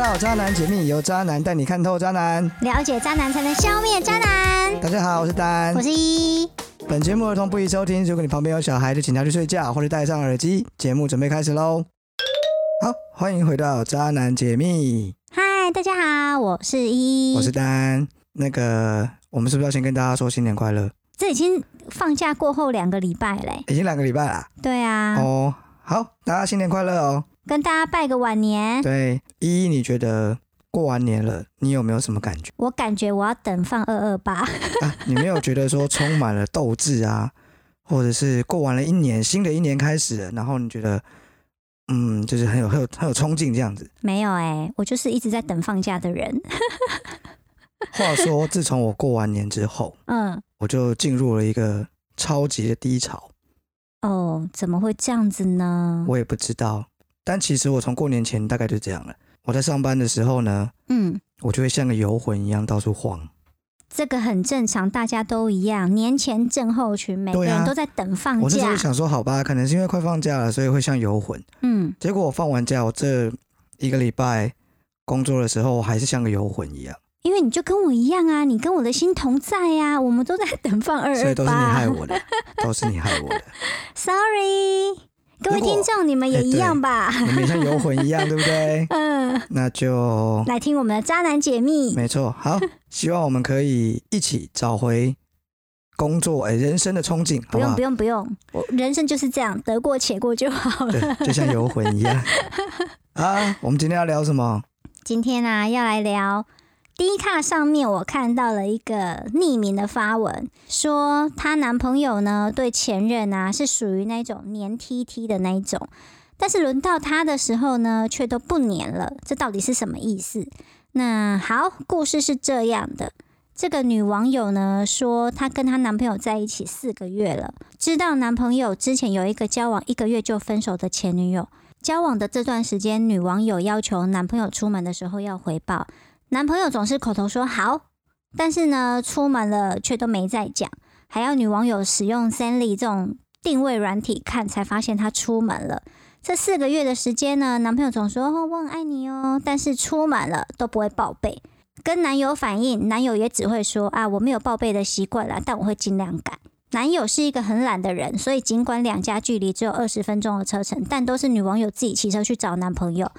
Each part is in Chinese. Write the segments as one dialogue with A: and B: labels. A: 好，渣男解密由渣男带你看透渣男。
B: 了解渣男才能消灭渣男。
A: 大家好，我是丹
B: 我。是一，
A: 本节目儿童不宜收听，如果你旁边有小孩，就请他去睡觉或者戴上耳机。节目准备开始喽。好，欢迎回到渣男解密，
B: 嗨，大家好，我是一，
A: 我是丹。那个，我们是不是要先跟大家说新年快乐？
B: 这已经放假过后两个礼拜嘞，
A: 已经两个礼拜啦。
B: 对啊，
A: 哦，好，大家新年快乐哦。
B: 跟大家拜个晚年。
A: 对，依依，你觉得过完年了，你有没有什么感觉
B: 我感觉我要等放二二八，
A: 啊？你没有觉得说充满了斗志啊，或者是过完了一年，新的一年开始了，然后你觉得，嗯，就是很有很有很有冲劲这样子。
B: 没有哎、我就是一直在等放假的人。
A: 话说，自从我过完年之后，
B: 嗯，
A: 我就进入了一个超级的低潮，
B: 哦，怎么会这样子呢？
A: 我也不知道。但其实我从过年前大概就这样了。我在上班的时候呢，
B: 嗯，
A: 我就会像个游魂一样到处晃。
B: 这个很正常，大家都一样，年前症候群，每个
A: 对啊
B: 人都在等放
A: 我那时
B: 嗯假。
A: 候想说，好吧，可能是因为快放假了，所以会像游魂。
B: 嗯，
A: 结果我放完假，我这一个礼拜工作的时候，我还是像个游魂一样，
B: 因为你就跟我一样啊，你跟我的心同在啊，我们都在等放二
A: 所以
B: 二
A: 都是你害
B: 八。
A: 我的，都是你害我的。
B: Sorry，各
A: 如果
B: 位听众，你们也一样吧？
A: 你们也像游魂一样，对不对？
B: 嗯，
A: 那就
B: 来听我们的渣男解密。
A: 没错。好，希望我们可以一起找回工作哎、人生的憧憬，好
B: 不
A: 不
B: 用
A: 好
B: 不？用不用，我人生就是这样，得过且过就好了。
A: 对，就像游魂一样。啊，我们今天要聊什么？
B: 今天啊，要来聊 D 卡上面我看到了一个匿名的发文，说她男朋友呢对前任啊是属于那种黏 T T 的那一种，但是轮到她的时候呢，却都不黏了，这到底是什么意思？那好，故事是这样的。这个女网友呢说，她跟她男朋友在一起四个月了，知道男朋友之前有一个交往一个月就分手的前女友，交往的这段时间，女网友要求男朋友出门的时候要回报，男朋友总是口头说好，但是呢，出门了却都没再讲，还要女网友使用 Sally 这种定位软体看，才发现他出门了。这四个月的时间呢，男朋友总说、哦、我很爱你哦，但是出门了都不会报备，跟男友反映，男友也只会说啊我没有报备的习惯啦，但我会尽量改。男友是一个很懒的人，所以尽管两家距离只有二十分钟的车程，但都是女网友自己骑车去找男朋友。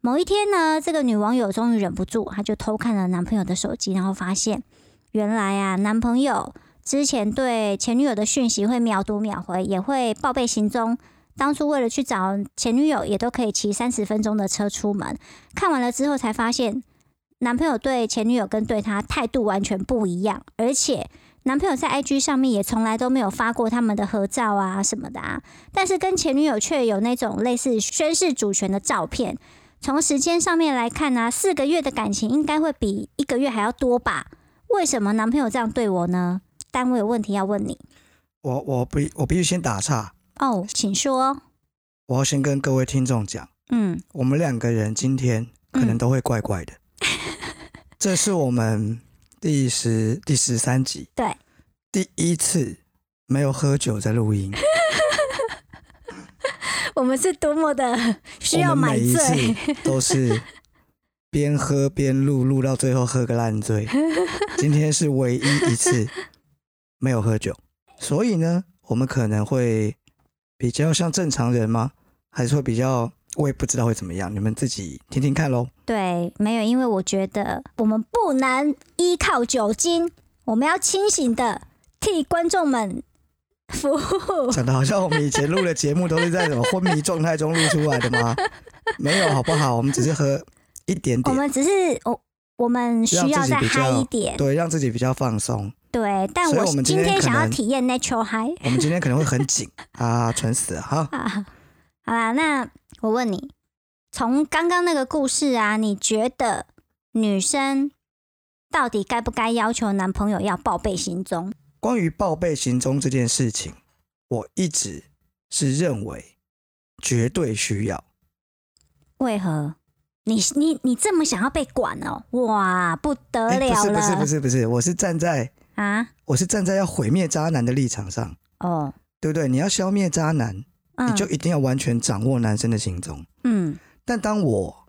B: 某一天呢，这个女网友终于忍不住，她就偷看了男朋友的手机，然后发现原来啊，男朋友之前对前女友的讯息会秒读秒回，也会报备行踪。当初为了去找前女友，也都可以骑三十分钟的车出门。看完了之后才发现，男朋友对前女友跟对她态度完全不一样，而且男朋友在 IG 上面也从来都没有发过他们的合照啊什么的啊，但是跟前女友却有那种类似宣誓主权的照片。从时间上面来看呢、啊，四个月的感情应该会比一个月还要多吧？为什么男朋友这样对我呢？单位有问题要问你
A: 我我必我必须先打岔，
B: 哦，请说。
A: 我要先跟各位听众讲，
B: 嗯，
A: 我们两个人今天可能都会怪怪 的。这是我们第十第十三集，
B: 对，
A: 第一次没有喝酒在录音，
B: 我们是多么的需要
A: 我们
B: 买
A: 每一
B: 醉，
A: 次都是边喝边录，录到最后喝个烂 醉。今天是唯一一次没有喝酒，所以呢，我们可能会比较像正常人吗？还是会比较？我也不知道会怎么样，你们自己听听看喽。
B: 对，没有，因为我觉得我们不能依靠酒精，我们要清醒的替观众们服务。
A: 讲的好像我们以前录的节目都是在什么昏迷状态中录出来的吗？没有，好不好？我们只是喝一点
B: 我
A: 点，
B: 们只是我我们需要
A: 让自己
B: 再
A: 比较
B: 嗨一点，
A: 对，让自己比较放松。
B: 对。但
A: 所以
B: 我
A: 我们今
B: 今
A: 天
B: 天
A: 可
B: 想要
A: 能
B: 体验 natural high
A: 我们今天可能会很紧啊，蠢死了哈！
B: 啊。好啦，那我问你，从刚刚那个故事啊，你觉得女生到底该不该要求男朋友要报备行踪？
A: 关于报备行踪这件事情，我一直是认为绝对需要。
B: 为何？你你你这么想要被管哦？哇，不得
A: 哎
B: 了了！
A: 不是不是不是不是，我是站在
B: 啊，
A: 我是站在要毁灭渣男的立场上，
B: 哦，
A: 对不对？你要消灭渣男，
B: 嗯，
A: 你就一定要完全掌握男生的行踪。
B: 嗯
A: 但当我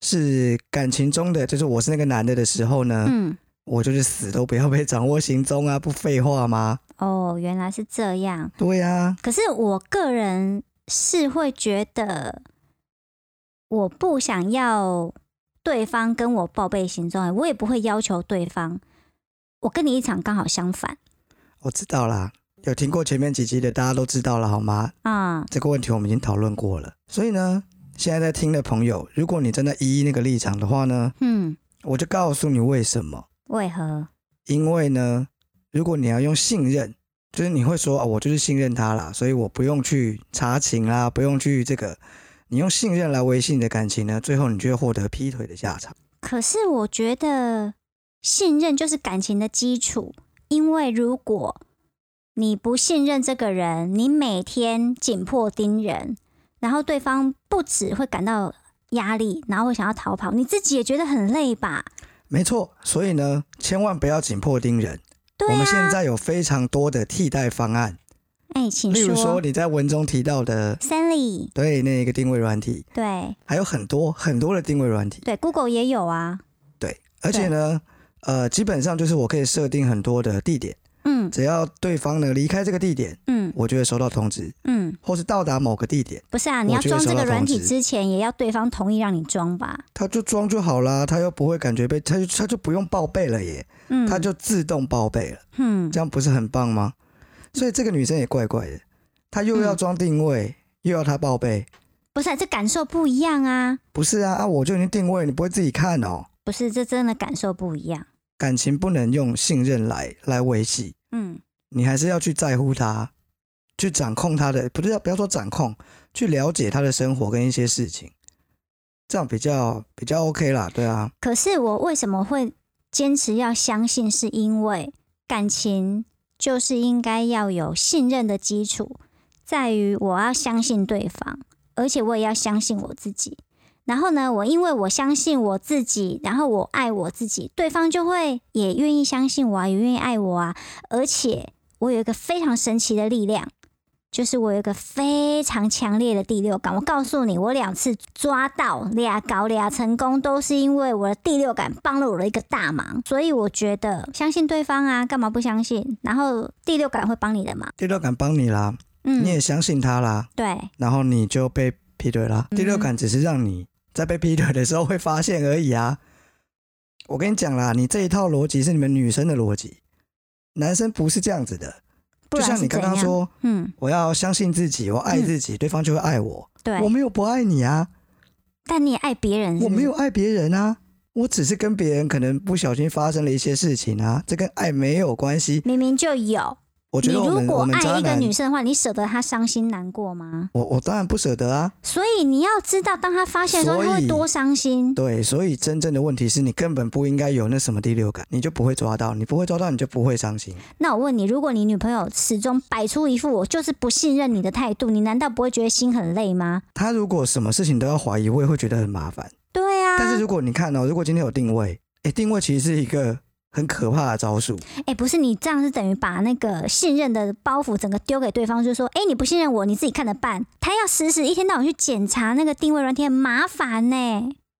A: 是感情中的，就是我是那个男的的时候呢，
B: 嗯，
A: 我就是死都不要被掌握行踪啊，不废话吗？
B: 哦，原来是这样。
A: 对啊呀、
B: 可是我个人是会觉得，我不想要对方跟我报备行踪，我也不会要求对方。我跟你一场刚好相反
A: 我知道啦，有听过前面几集的大家都知道了好吗？
B: 啊、
A: 这个问题我们已经讨论过了，所以呢，现在在听的朋友，如果你站在依依那个立场的话呢，
B: 嗯，
A: 我就告诉你为什么，
B: 为何？
A: 因为呢，如果你要用信任。就是你会说啊、我就是信任他啦，所以我不用去查情啦，不用去这个，你用信任来维系你的感情呢，最后你就会获得劈腿的下场。
B: 可是我觉得信任就是感情的基础，因为如果你不信任这个人，你每天紧迫盯人，然后对方不止会感到压力，然后会想要逃跑，你自己也觉得很累吧？
A: 没错，所以呢，千万不要紧迫盯人。
B: 对
A: 我
B: 啊
A: 们，现在有非常多的替代方案，
B: 哎、请
A: 例如说
B: 说
A: 你在文中提到的，
B: ，Sally，
A: 对那个定位软体，
B: 对
A: 还有很多很多的定位软体，
B: 对，Google 也有啊，
A: 对，而且呢，呃，基本上就是我可以设定很多的地点，
B: 嗯
A: 只要对方呢离开这个地点，
B: 嗯
A: 我就会收到通知，
B: 嗯，
A: 或是到达某个地点，
B: 不是啊，
A: 我
B: 你要
A: 觉得
B: 装
A: 收
B: 这
A: 到
B: 个软
A: 通
B: 体
A: 知
B: 之前，也要对方同意让你装吧？
A: 他就装就好啦，他又不会感觉被，他就他就不用报备了耶，
B: 嗯，
A: 他就自动报备了。
B: 嗯
A: 这样不是很棒吗？所以这个女生也怪怪的，她又要装定位，又要她报备，
B: 不是、啊，这感受不一样啊。
A: 不是啊啊！我就已经定位，你不会自己看哦。
B: 不是，这真的感受不一样。
A: 感情不能用信任来来维系，
B: 嗯，
A: 你还是要去在乎她，去掌控她的，不是要不要说掌控，去了解她的生活跟一些事情，这样比较比较 OK 啦，对啊，
B: 可是我为什么会坚持要相信？是因为感情就是应该要有信任的基础，在于我要相信对方，而且我也要相信我自己。然后呢，我因为我相信我自己，然后我爱我自己，对方就会也愿意相信我啊，也愿意爱我啊。而且我有一个非常神奇的力量，就是我有一个非常强烈的第六感。我告诉你，我两次抓到俩搞俩成功，都是因为我的第六感帮了我的一个大忙。所以我觉得相信对方啊，干嘛不相信？然后第六感会帮你的忙。
A: 第六感帮你啦，你
B: 嗯，
A: 也相信她啦，
B: 对，
A: 然后你就被劈腿啦。
B: 嗯
A: 第六感只是让你在被劈腿的时候会发现而已啊。我跟你讲啦，你这一套逻辑是你们女生的逻辑，男生不是这样子的。
B: 不
A: 就
B: 然
A: 像
B: 是
A: 你
B: 怎
A: 刚
B: 样？
A: 刚说，
B: 嗯，
A: 我要相信自己，我爱自己，对方就会爱我。
B: 对
A: 我。没有不爱你啊，
B: 但你也爱别人是
A: 我
B: 不是
A: 没有爱别人啊，我只是跟别人可能不小心发生了一些事情啊，这跟爱没有关系。
B: 明明就有。
A: 我觉
B: 你
A: 得我
B: 如
A: 们我
B: 果
A: 们
B: 爱
A: 渣
B: 一个
A: 男，
B: 女生的话，你舍得她伤心难过吗？
A: 我我当然不舍得啊。
B: 所以你要知道，当她发现的时候，
A: 所以
B: 她会多伤心。
A: 对，所以真正的问题是你根本不应该有那什么第六感，你就不会抓到，你不会抓到，你就不会伤心。
B: 那我问你，如果你女朋友始终摆出一副我就是不信任你的态度，你难道不会觉得心很累吗？
A: 他如果什么事情都要怀疑，我也会觉得很麻烦。
B: 对啊，
A: 但是如果你看哦，如果今天有定位，哎，定位其实是一个很可怕的招数。
B: 哎、不是你这样是等于把那个信任的包袱整个丢给对方，就说，哎、你不信任我，你自己看着办。他要时时一天到晚去检查那个定位软体，很麻烦呢、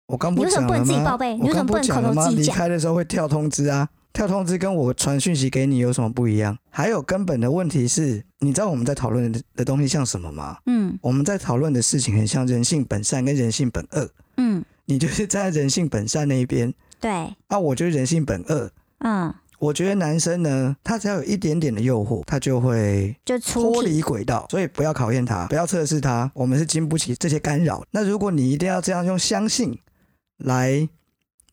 A: 我刚不
B: 你为什
A: 讲了
B: 么不能自己
A: 吗
B: 报备？你
A: 我
B: 为什
A: 刚
B: 么
A: 不
B: 不能
A: 讲
B: 口
A: 了
B: 头
A: 吗？
B: 自己
A: 离
B: 讲
A: 开的时候会跳通知啊，跳通知跟我传讯息给你有什么不一样？还有根本的问题是，你知道我们在讨论的的东西像什么吗？
B: 嗯
A: 我们在讨论的事情很像人性本善跟人性本恶，
B: 嗯，
A: 你就是站在人性本善那一边，
B: 对，
A: 啊，我就是人性本恶。
B: 嗯，
A: 我觉得男生呢，他只要有一点点的诱惑，他就会
B: 就出
A: 脱
B: 题。
A: 离轨道，所以不要考验他，不要测试他，我们是经不起这些干扰。那如果你一定要这样用相信来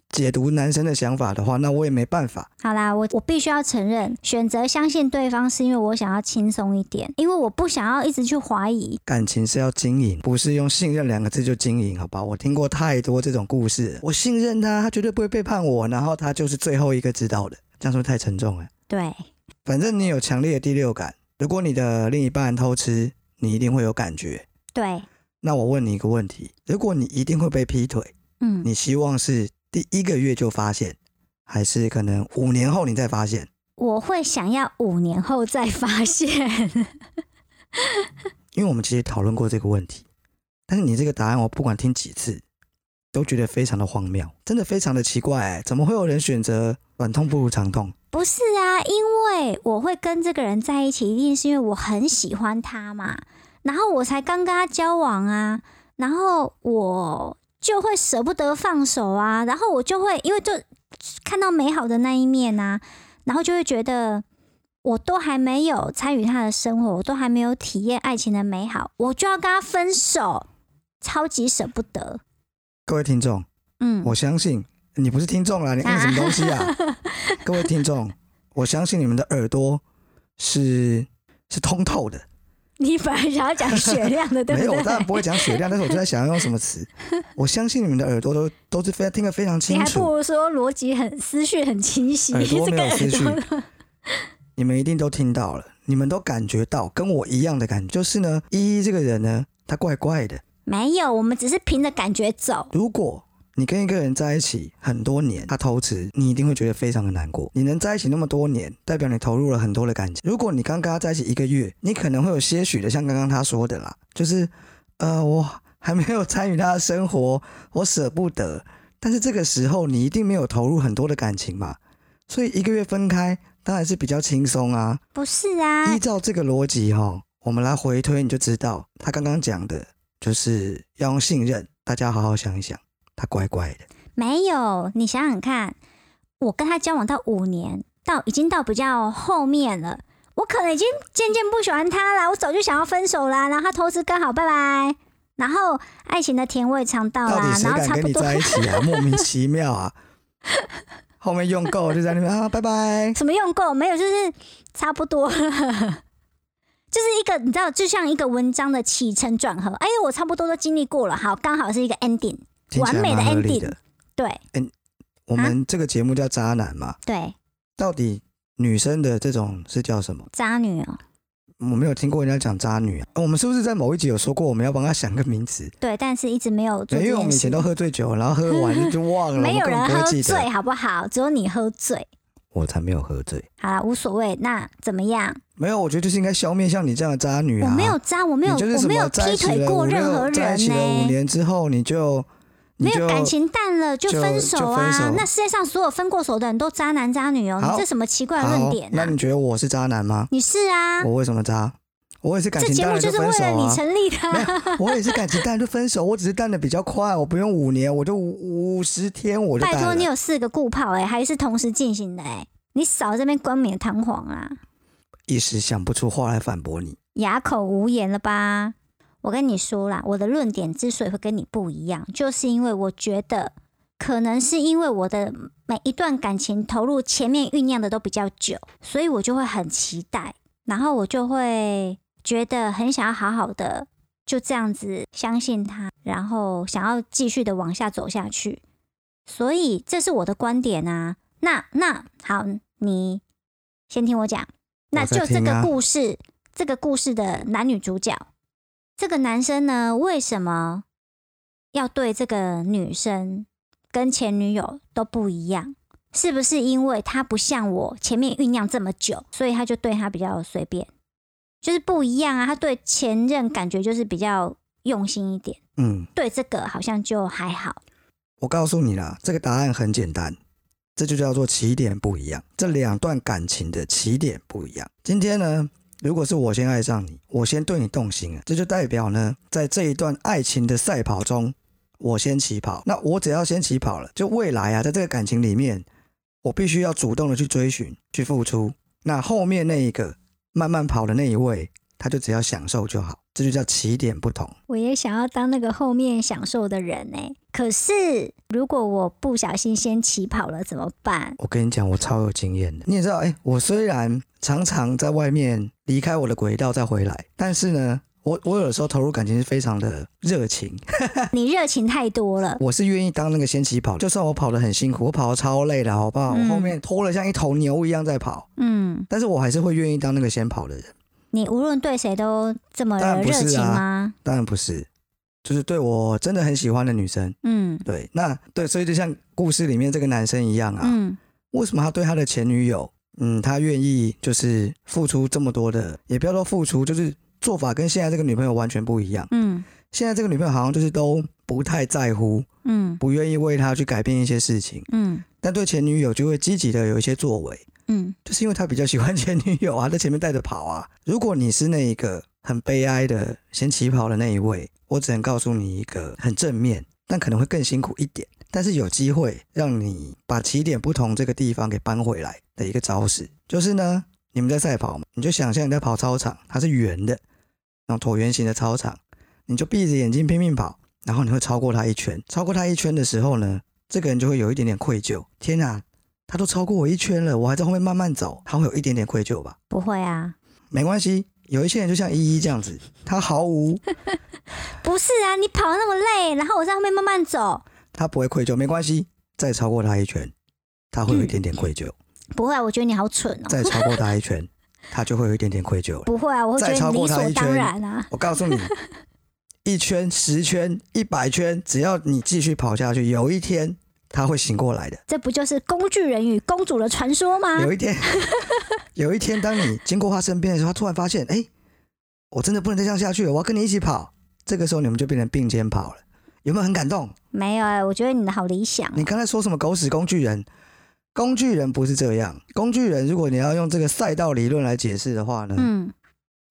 A: 解读男生的想法的话，那我也没办法。
B: 好啦，我我必须要承认，选择相信对方是因为我想要轻松一点，因为我不想要一直去怀疑。
A: 感情是要经营，不是用信任两个字就经营，好吧？我听过太多这种故事了，我信任他，他绝对不会背叛我，然后他就是最后一个知道的，这样是不是太沉重了？啊
B: 对，
A: 反正你有强烈的第六感，如果你的另一半偷吃，你一定会有感觉。
B: 对，
A: 那我问你一个问题：如果你一定会被劈腿，
B: 嗯，
A: 你希望是第一个月就发现，还是可能五年后你再发现？
B: 我会想要五年后再发现。
A: 因为我们其实讨论过这个问题，但是你这个答案我不管听几次，都觉得非常的荒谬，真的非常的奇怪、欸，怎么会有人选择短痛不如长痛？
B: 不是啊，因为我会跟这个人在一起，一定是因为我很喜欢他嘛，然后我才刚跟他交往啊，然后我就会舍不得放手啊，然后我就会因为就看到美好的那一面啊，然后就会觉得我都还没有参与他的生活，我都还没有体验爱情的美好，我就要跟他分手，超级舍不得。
A: 各位听众，
B: 嗯，
A: 我相信你不是听众啦，你按什么东西啊？ 各位听众，我相信你们的耳朵是是通透的。
B: 你本来想 要讲雪亮的，对不
A: 没
B: 对？
A: 有，我当然不会讲雪亮，但是我就在想要用什么词。我相信你们的耳朵都都是非常听得非常
B: 你
A: 清
B: 还不
A: 楚，哎
B: 如说逻辑很思绪很清晰，
A: 耳朵
B: 这
A: 没
B: 个
A: 有思绪
B: 耳朵
A: 你们一定都听到了，你们都感觉到跟我一样的感觉，就是呢，依依这个人呢，他怪怪的。
B: 没有，我们只是凭着感觉走。
A: 如果你跟一个人在一起很多年，他偷吃，你一定会觉得非常的难过。你能在一起那么多年，代表你投入了很多的感情。如果你刚跟他在一起一个月，你可能会有些许的像刚刚他说的啦，就是呃，我还没有参与他的生活，我舍不得。但是这个时候你一定没有投入很多的感情嘛，所以一个月分开当然是比较轻松啊。
B: 不是啊
A: 依，照这个逻辑哈、我们来回推，你就知道他刚刚讲的就是要用信任。大家好好想一想，他乖乖的，
B: 没有。你想想看，我跟他交往到五年，到已经到比较后面了，我可能已经渐渐不喜欢他啦，我早就想要分手啦。然后他投资刚好，拜拜。然后爱情的甜味尝到
A: 到底
B: 啦，
A: 谁
B: 然后
A: 敢
B: 差
A: 跟
B: 不
A: 你
B: 多
A: 在一起啊？莫名其妙 啊！后面用够了就在那边啊，拜拜。
B: 什么用够没有，就是差不多 了，就是一个你知道，就像一个文章的起承转合。哎，我差不多都经历过了，好，刚好是一个 ending。
A: 听起来蛮合理
B: 完美
A: 的
B: 的 ending。对啊
A: 我们这个节目叫渣男嘛，
B: 对，
A: 到底女生的这种是叫什么？
B: 渣女哦，
A: 我没有听过人家讲渣女、啊。我们是不是在某一集有说过我们要帮她想个名词？
B: 对，但是一直没有
A: 因
B: 做这
A: 为我
B: 件
A: 们以前
B: 事。
A: 都喝醉酒，然后喝完了就 忘了，
B: 没有
A: 我们
B: 人
A: 根本
B: 喝
A: 不会记
B: 醉，
A: 得。
B: 好不好？只有你喝醉。
A: 我才没有喝醉。
B: 好啦，无所谓。那怎么样？
A: 没有，我觉得就是应该消灭像你这样的渣女
B: 我
A: 啊！
B: 没有渣，我没有，
A: 你就是
B: 我
A: 什
B: 没有
A: 么在
B: 劈
A: 一起
B: 腿
A: 了
B: 过
A: 五
B: 任
A: 六
B: 何
A: 在一
B: 人
A: 起
B: 呢、
A: 了五年之后，你就你
B: 没
A: 就
B: 有感情淡了就
A: 就
B: 分手
A: 就
B: 啊
A: 分手
B: 那世界上所有分过手的人都渣男渣女哦、
A: 好
B: 你这什么奇怪的论
A: 好
B: 点
A: 那
B: 啊？
A: 你觉得我是渣男吗？
B: 你是啊，
A: 我为什么渣？我也是感
B: 这
A: 情
B: 节
A: 淡
B: 目
A: 了
B: 就是为
A: 分手
B: 了你
A: 啊！
B: 成立的
A: 没
B: 啊、
A: 有，我也是感情淡就分手，我只是淡的比较快，我不用五年，我就五五十天我就
B: 拜
A: 淡
B: 托，你
A: 了。
B: 有四个顾炮哎、还是同时进行的哎、你少在这边冠冕堂皇啦、
A: 一时想不出话来反驳你，
B: 哑口无言了吧？我跟你说啦，我的论点之所以会跟你不一样，就是因为我觉得，可能是因为我的每一段感情投入前面酝酿的都比较久，所以我就会很期待，然后我就会觉得很想要好好的就这样子相信他，然后想要继续的往下走下去。所以这是我的观点啊。那那好，你先听我讲。那
A: 我在
B: 就这
A: 听
B: 个
A: 啊
B: 故事，这个故事的男女主角，这个男生呢，为什么要对这个女生跟前女友都不一样？是不是因为他不像我前面酝酿这么久，所以他就对他比较随便，就是不一样啊？他对前任感觉就是比较用心一点，
A: 嗯，
B: 对这个好像就还好。
A: 我告诉你啦，这个答案很简单，这就叫做起点不一样。这两段感情的起点不一样。今天呢，如果是我先爱上你，我先对你动心啊了，这就代表呢，在这一段爱情的赛跑中，我先起跑。那我只要先起跑了，就未来啊，在这个感情里面，我必须要主动的去追寻、去付出。那后面那一个慢慢跑的那一位，他就只要享受就好，这就叫起点不同。
B: 我也想要当那个后面享受的人呢、欸可是如果我不小心先起跑了怎么办？
A: 我跟你讲，我超有经验的。你也知道，哎、我虽然常常在外面离开我的轨道再回来，但是呢，我我有的时候投入感情是非常的热情，
B: 你热情太多了。
A: 我是愿意当那个先起跑的，就算我跑得很辛苦，我跑得超累的，好不好？
B: 嗯
A: 我后面拖了像一头牛一样在跑，
B: 嗯，
A: 但是我还是会愿意当那个先跑的人。
B: 你无论对谁都这么
A: 当然不
B: 热
A: 是啊
B: 情吗？
A: 当然不是，就是对我真的很喜欢的女生，
B: 嗯
A: 对，那对，所以就像故事里面这个男生一样啊，
B: 嗯，
A: 为什么他对他的前女友，嗯，他愿意就是付出这么多的，也不要说付出，就是做法跟现在这个女朋友完全不一样。
B: 嗯，
A: 现在这个女朋友好像就是都不太在乎，
B: 嗯
A: 不愿意为他去改变一些事情，
B: 嗯
A: 但对前女友就会积极的有一些作为，
B: 嗯
A: 就是因为他比较喜欢前女友啊，在前面带着跑啊。 如果你是那一个很悲哀的先起跑的那一位，我只能告诉你一个很正面，但可能会更辛苦一点，但是有机会让你把起点不同这个地方给搬回来的一个招式，就是呢，你们在赛跑嘛，你就想象你在跑操场，它是圆的，那种椭圆形的操场，你就闭着眼睛拼命跑，然后你会超过他一圈，超过他一圈的时候呢，这个人就会有一点点愧疚，天啊哪、他都超过我一圈了，我还在后面慢慢走，他会有一点点愧疚吧？
B: 不会啊，
A: 没关系，有一些人就像依依这样子，他毫无，
B: 不是啊，你跑那么累，然后我在后面慢慢走，
A: 他不会愧疚，没关系，再超过他一圈，他会有一点点愧疚，
B: 不会啊，我觉得你好蠢哦、
A: 再超过他一圈，他就会有一点点愧疚了。
B: 不会啊，我会觉
A: 再
B: 得
A: 超
B: 你理
A: 过他
B: 所
A: 一
B: 当
A: 圈
B: 然啊，
A: 我告诉你，一圈、十圈、一百圈，只要你继续跑下去，有一天他会醒过来的。
B: 这不就是工具人与公主的传说吗？
A: 有一 天，有一天，当你经过他身边的时候，他突然发现，哎、我真的不能再这样下去了，我要跟你一起跑。这个时候，你们就变成并肩跑了，有没有很感动？
B: 没有哎、我觉得你的好理想哦、
A: 你刚才说什么狗屎工具人？工具人不是这样，工具人如果你要用这个赛道理论来解释的话呢，
B: 嗯，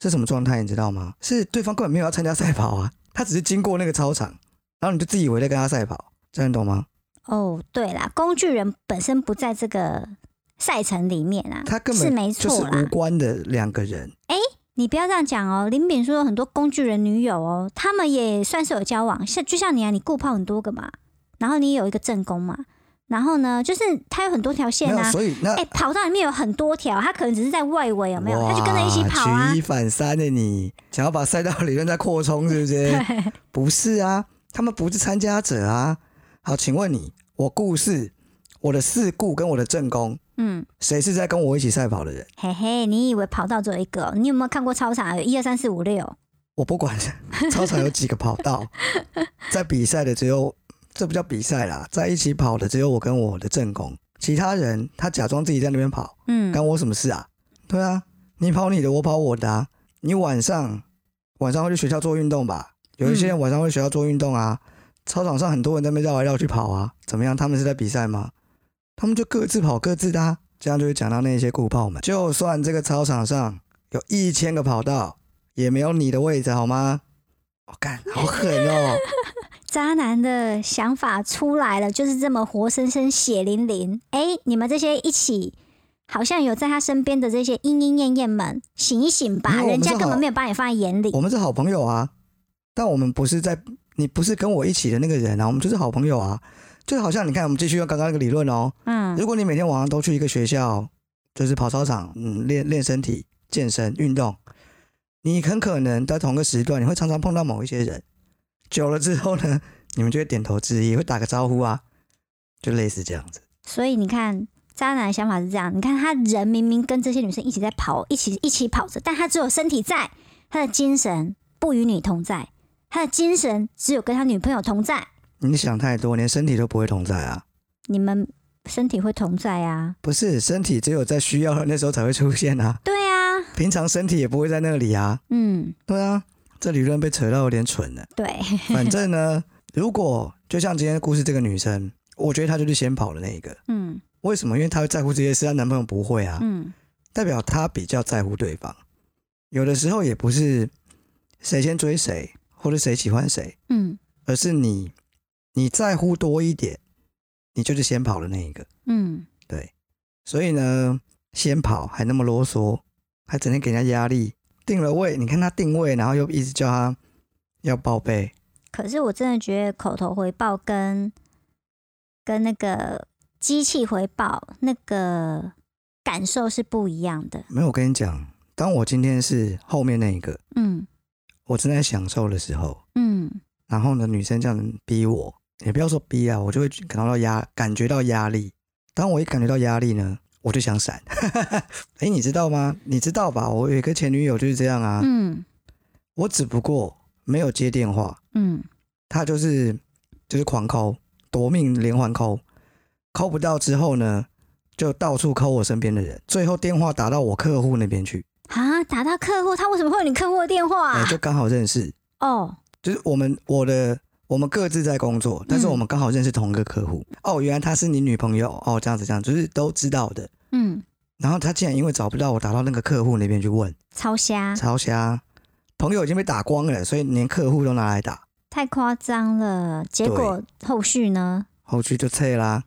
A: 是什么状态？你知道吗？是对方根本没有要参加赛跑啊，他只是经过那个操场，然后你就自以为在跟他赛跑，这样你懂吗？
B: 哦，对啦，工具人本身不在这个赛程里面啊，
A: 他根
B: 是
A: 本
B: 没
A: 就是
B: 错啦。
A: 无关的两个人，
B: 你不要这样讲哦，林炳书有很多工具人女友哦，他们也算是有交往，像就像你啊，你顾泡很多个嘛，然后你也有一个正宫嘛，然后呢，就是他有很多条
A: 没
B: 线
A: 有，
B: 啊，
A: 所以那
B: 哎、跑道里面有很多条，他可能只是在外围有没有，他就跟着一起跑
A: 哇
B: 啊
A: 举一，反三的你，想要把赛道理论再扩充，是不是？
B: 对，
A: 不是啊，他们不是参加者啊。好，请问你，我故事，我的事故跟我的正宫，
B: 嗯，
A: 谁是在跟我一起赛跑的人？
B: 嘿嘿，你以为跑道只有一个哦、你有没有看过操场啊有一二三四五六？
A: 我不管， 操场有几个跑 道，在比赛的只有，这不叫比赛啦，在一起跑的只有我跟我的正宫，其他人他假装自己在那边跑，
B: 嗯，
A: 干我什么事啊？对啊，你跑你的，我跑我的啊。你晚上晚上会去学校做运动吧？有一些人晚上会去学校做运动啊。操场上很多人在那边绕来绕去跑啊，怎么样？他们是在比赛吗？他们就各自跑各自的、啊，这样就会讲到那些顾炮们。就算这个操场上有一千个跑道，也没有你的位置好吗？我、干，好狠哦！
B: 渣男的想法出来了，就是这么活生生、血淋淋。哎，你们这些一起好像有在他身边的这些莺莺燕燕们，醒一醒吧，
A: 没有我
B: 人
A: 们
B: 家
A: 正
B: 根本
A: 好
B: 没有把你放在眼里
A: 我。们是好朋友啊，但我们不是在你不是跟我一起的那个人啊，我们就是好朋友啊。就好像你看，我们继续用刚刚那个理论哦。
B: 嗯
A: 如果你每天晚上都去一个学校，就是跑操场，嗯，练练身体、健身、运动，你很可能在同个时段，你会常常碰到某一些人。久了之后呢，你们就会点头致意，会打个招呼啊，就类似这样子。
B: 所以你看，渣男的想法是这样。你看他人明明跟这些女生一起在跑，一起一起跑着，但他只有身体在，他的精神不与你同在，他的精神只有跟他女朋友同在。
A: 你想太多，连身体都不会同在啊。
B: 你们身体会同在啊？
A: 不是，身体只有在需要的那时候才会出现啊，
B: 对啊，
A: 平常身体也不会在那里啊。
B: 嗯，
A: 对啊，这理论被扯到有点蠢 了。
B: 对，
A: 反正呢，如果就像今天故事这个女生，我觉得她就是先跑的那一个。
B: 嗯
A: 为什么？因为她会在乎这些事，她男朋友不会啊，
B: 嗯
A: 代表她比较在乎对方。有的时候也不是谁先追谁，或者谁喜欢谁，
B: 嗯
A: 而是你你在乎多一点，你就是先跑的那一个。
B: 嗯，
A: 对，所以呢，先跑还那么啰嗦，还整天给人家压力。定了位，你看他定位，然后又一直叫他要报备，
B: 可是我真的觉得口头回报跟跟那个机器回报那个感受是不一样的。
A: 没有，我跟你讲，当我今天是后面那一个，
B: 嗯
A: 我正在享受的时候，
B: 嗯
A: 然后呢，女生这样子逼我，也不要说逼啊，我就会感到压，感觉到压力。当我一感觉到压力呢，我就想闪。 哎、你知道吗？你知道吧？我有一个前女友就是这样啊，
B: 嗯
A: 我只不过没有接电话，
B: 嗯
A: 她就是就是狂抠，夺命连环抠，抠不到之后呢，就到处抠我身边的人，最后电话打到我客户那边去，哎
B: 啊，打到客户，他为什么会有你客户的电话、
A: 哎就刚好认识。
B: 哦，
A: 就是我们我的我们各自在工作，但是
B: 嗯
A: 我们刚好认识同一个客户。哦，原来她是你女朋友哦，这样子这样子，就是都知道的。
B: 嗯，
A: 然后她竟然因为找不到我，打到那个客户那边去问，
B: 超瞎，
A: 超瞎。朋友已经被打光了，所以连客户都拿来打，
B: 太夸张了。结果后续呢？
A: 后续就撤啦。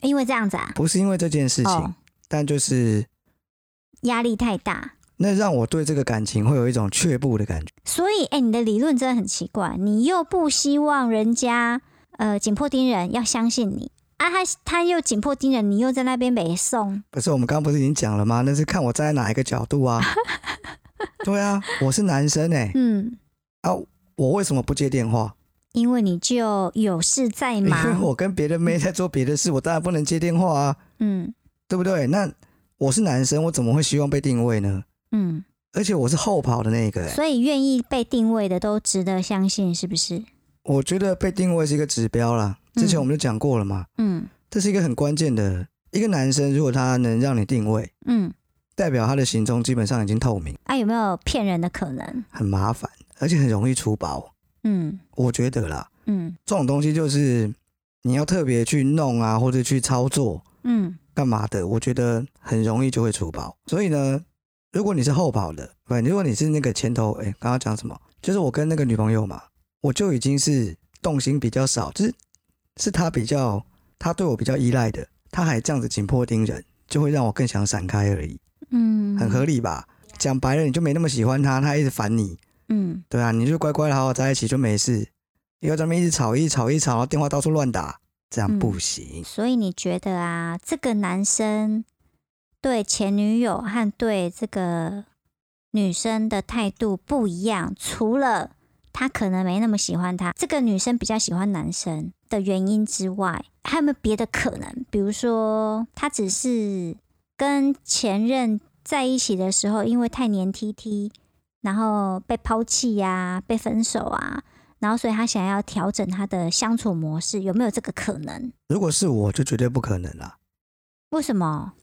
B: 因为这样子啊，
A: 不是因为这件事情，
B: 哦，
A: 但就是
B: 压力太大。
A: 那让我对这个感情会有一种却步的感觉。
B: 所以，哎、你的理论真的很奇怪，你又不希望人家呃紧迫盯人要相信你啊，他他又紧迫盯人，你又在那边北送，
A: 不是我们刚刚不是已经讲了吗？那是看我站在哪一个角度啊。对啊，我是男生哎、
B: 嗯，
A: 啊，我为什么不接电话？
B: 因为你就有事在
A: 因为
B: 忙，
A: 我跟别的妹在做别的事，我当然不能接电话啊，
B: 嗯
A: 对不对？那我是男生，我怎么会希望被定位呢？
B: 嗯，
A: 而且我是后跑的那个、欸，
B: 所以愿意被定位的都值得相信，是不是？
A: 我觉得被定位是一个指标啦。之前
B: 嗯
A: 我们就讲过了嘛，
B: 嗯
A: 这是一个很关键的。一个男生如果他能让你定位，
B: 嗯，
A: 代表他的行踪基本上已经透明，
B: 啊，有没有骗人的可能？
A: 很麻烦，而且很容易出包。
B: 嗯
A: 我觉得啦，
B: 嗯
A: 这种东西就是你要特别去弄啊，或者去操作，
B: 嗯
A: 干嘛的，我觉得很容易就会出包。所以呢，如果你是后跑的，不，如果你是那个前头，哎、刚刚讲什么？就是我跟那个女朋友嘛，我就已经是动心比较少，就是是她比较，她对我比较依赖的，她还这样子紧迫盯人，就会让我更想闪开而已，
B: 嗯，
A: 很合理吧？讲白了，你就没那么喜欢她，她一直烦你，
B: 嗯，
A: 对啊，你就乖乖的好好在一起就没事，以后咱们一直吵，一直吵，一直吵，然后电话到处乱打，这样
B: 嗯
A: 不行。
B: 所以你觉得啊，这个男生对前女友和对这个女生的态度不一样，除了他可能没那么喜欢她，这个女生比较喜欢男生的原因之外，还有没有别的可能？比如说，他只是跟前任在一起的时候，因为太黏 T T，然后被抛弃呀、被分手啊。然后，所以他想要调整他的相处模式，有没有这个可能？
A: 如果是我，就绝对不可能啦。
B: 为什么？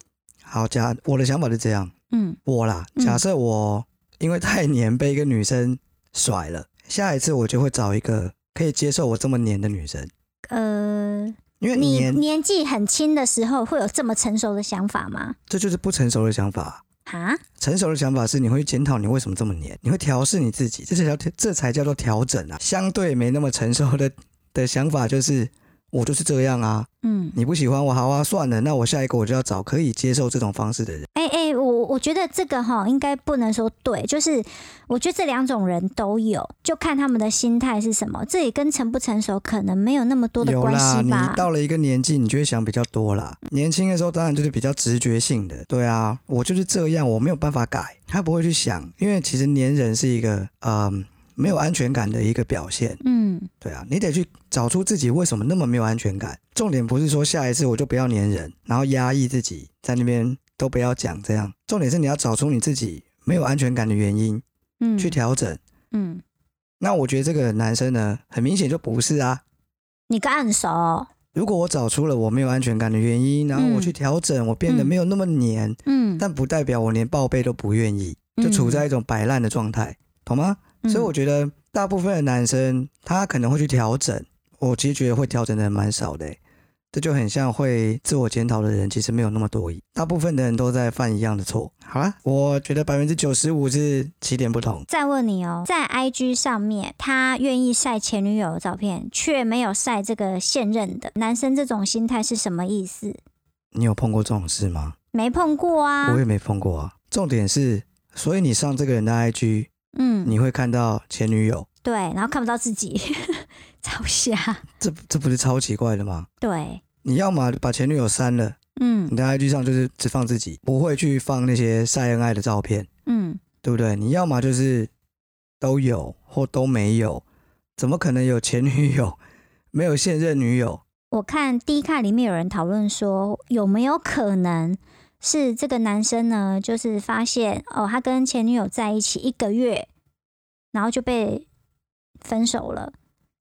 A: 好，假我的想法是这样，
B: 嗯
A: 我啦，
B: 嗯
A: 假设我因为太黏被一个女生甩了，下一次我就会找一个可以接受我这么黏的女生，
B: 呃，
A: 因为
B: 你
A: 黏
B: 年纪很轻的时候会有这么成熟的想法吗？
A: 这就是不成熟的想法。
B: 啊，
A: 成熟的想法是你会检讨你为什么这么黏，你会调试你自己，这才叫这才叫做调整啊。相对没那么成熟的的想法就是我就是这样啊，
B: 嗯，
A: 你不喜欢我好啊，算了，那我下一个我就要找可以接受这种方式的人。
B: 哎、哎、我我觉得这个哈应该不能说对，就是我觉得这两种人都有，就看他们的心态是什么，这也跟成不成熟可能没有那么多的
A: 有
B: 关
A: 啦，
B: 系
A: 你
B: 吧。
A: 到了一个年纪，你就会想比较多啦。年轻的时候当然就是比较直觉性的，对啊，我就是这样，我没有办法改。他不会去想，因为其实黏人是一个嗯没有安全感的一个表现，
B: 嗯
A: 对啊，你得去找出自己为什么那么没有安全感。重点不是说下一次我就不要黏人，然后压抑自己在那边都不要讲这样，重点是你要找出你自己没有安全感的原因
B: 嗯
A: 去调整。
B: 嗯，
A: 那我觉得这个男生呢，很明显就不是啊，
B: 你刚很熟哦，
A: 如果我找出了我没有安全感的原因，然后我
B: 嗯
A: 去调整，我变得
B: 嗯
A: 没有那么黏，
B: 嗯，
A: 但不代表我连报备都不愿意，就处在一种摆烂的状态，懂吗？
B: 嗯
A: 所以我觉得大部分的男生他可能会去调整，我其实觉得会调整的人蛮少的欸、这就很像会自我检讨的人，其实没有那么多。大部分的人都在犯一样的错。好啦，我觉得百分之九十五是起点不同，
B: 再问你哦，在 IG 上面，他愿意晒前女友的照片，却没有晒这个现任的男生，这种心态是什么意思？
A: 你有碰过这种事吗？
B: 没碰过啊
A: 我，也没碰过啊。重点是，所以你上这个人的 IG，
B: 嗯，
A: 你会看到前女友，
B: 对，然后看不到自己， 超瞎，
A: 这这不是超奇怪的吗？
B: 对，
A: 你要么把前女友删了，
B: 嗯
A: 你的 IG 上就是只放自己，不会去放那些晒恩爱的照片，
B: 嗯
A: 对不对？你要么就是都有或都没有，怎么可能有前女友没有现任女友？
B: 我看 D 卡里面有人讨论说，有没有可能是这个男生呢？就是发现哦，他跟前女友在一起一个月，然后就被分手了，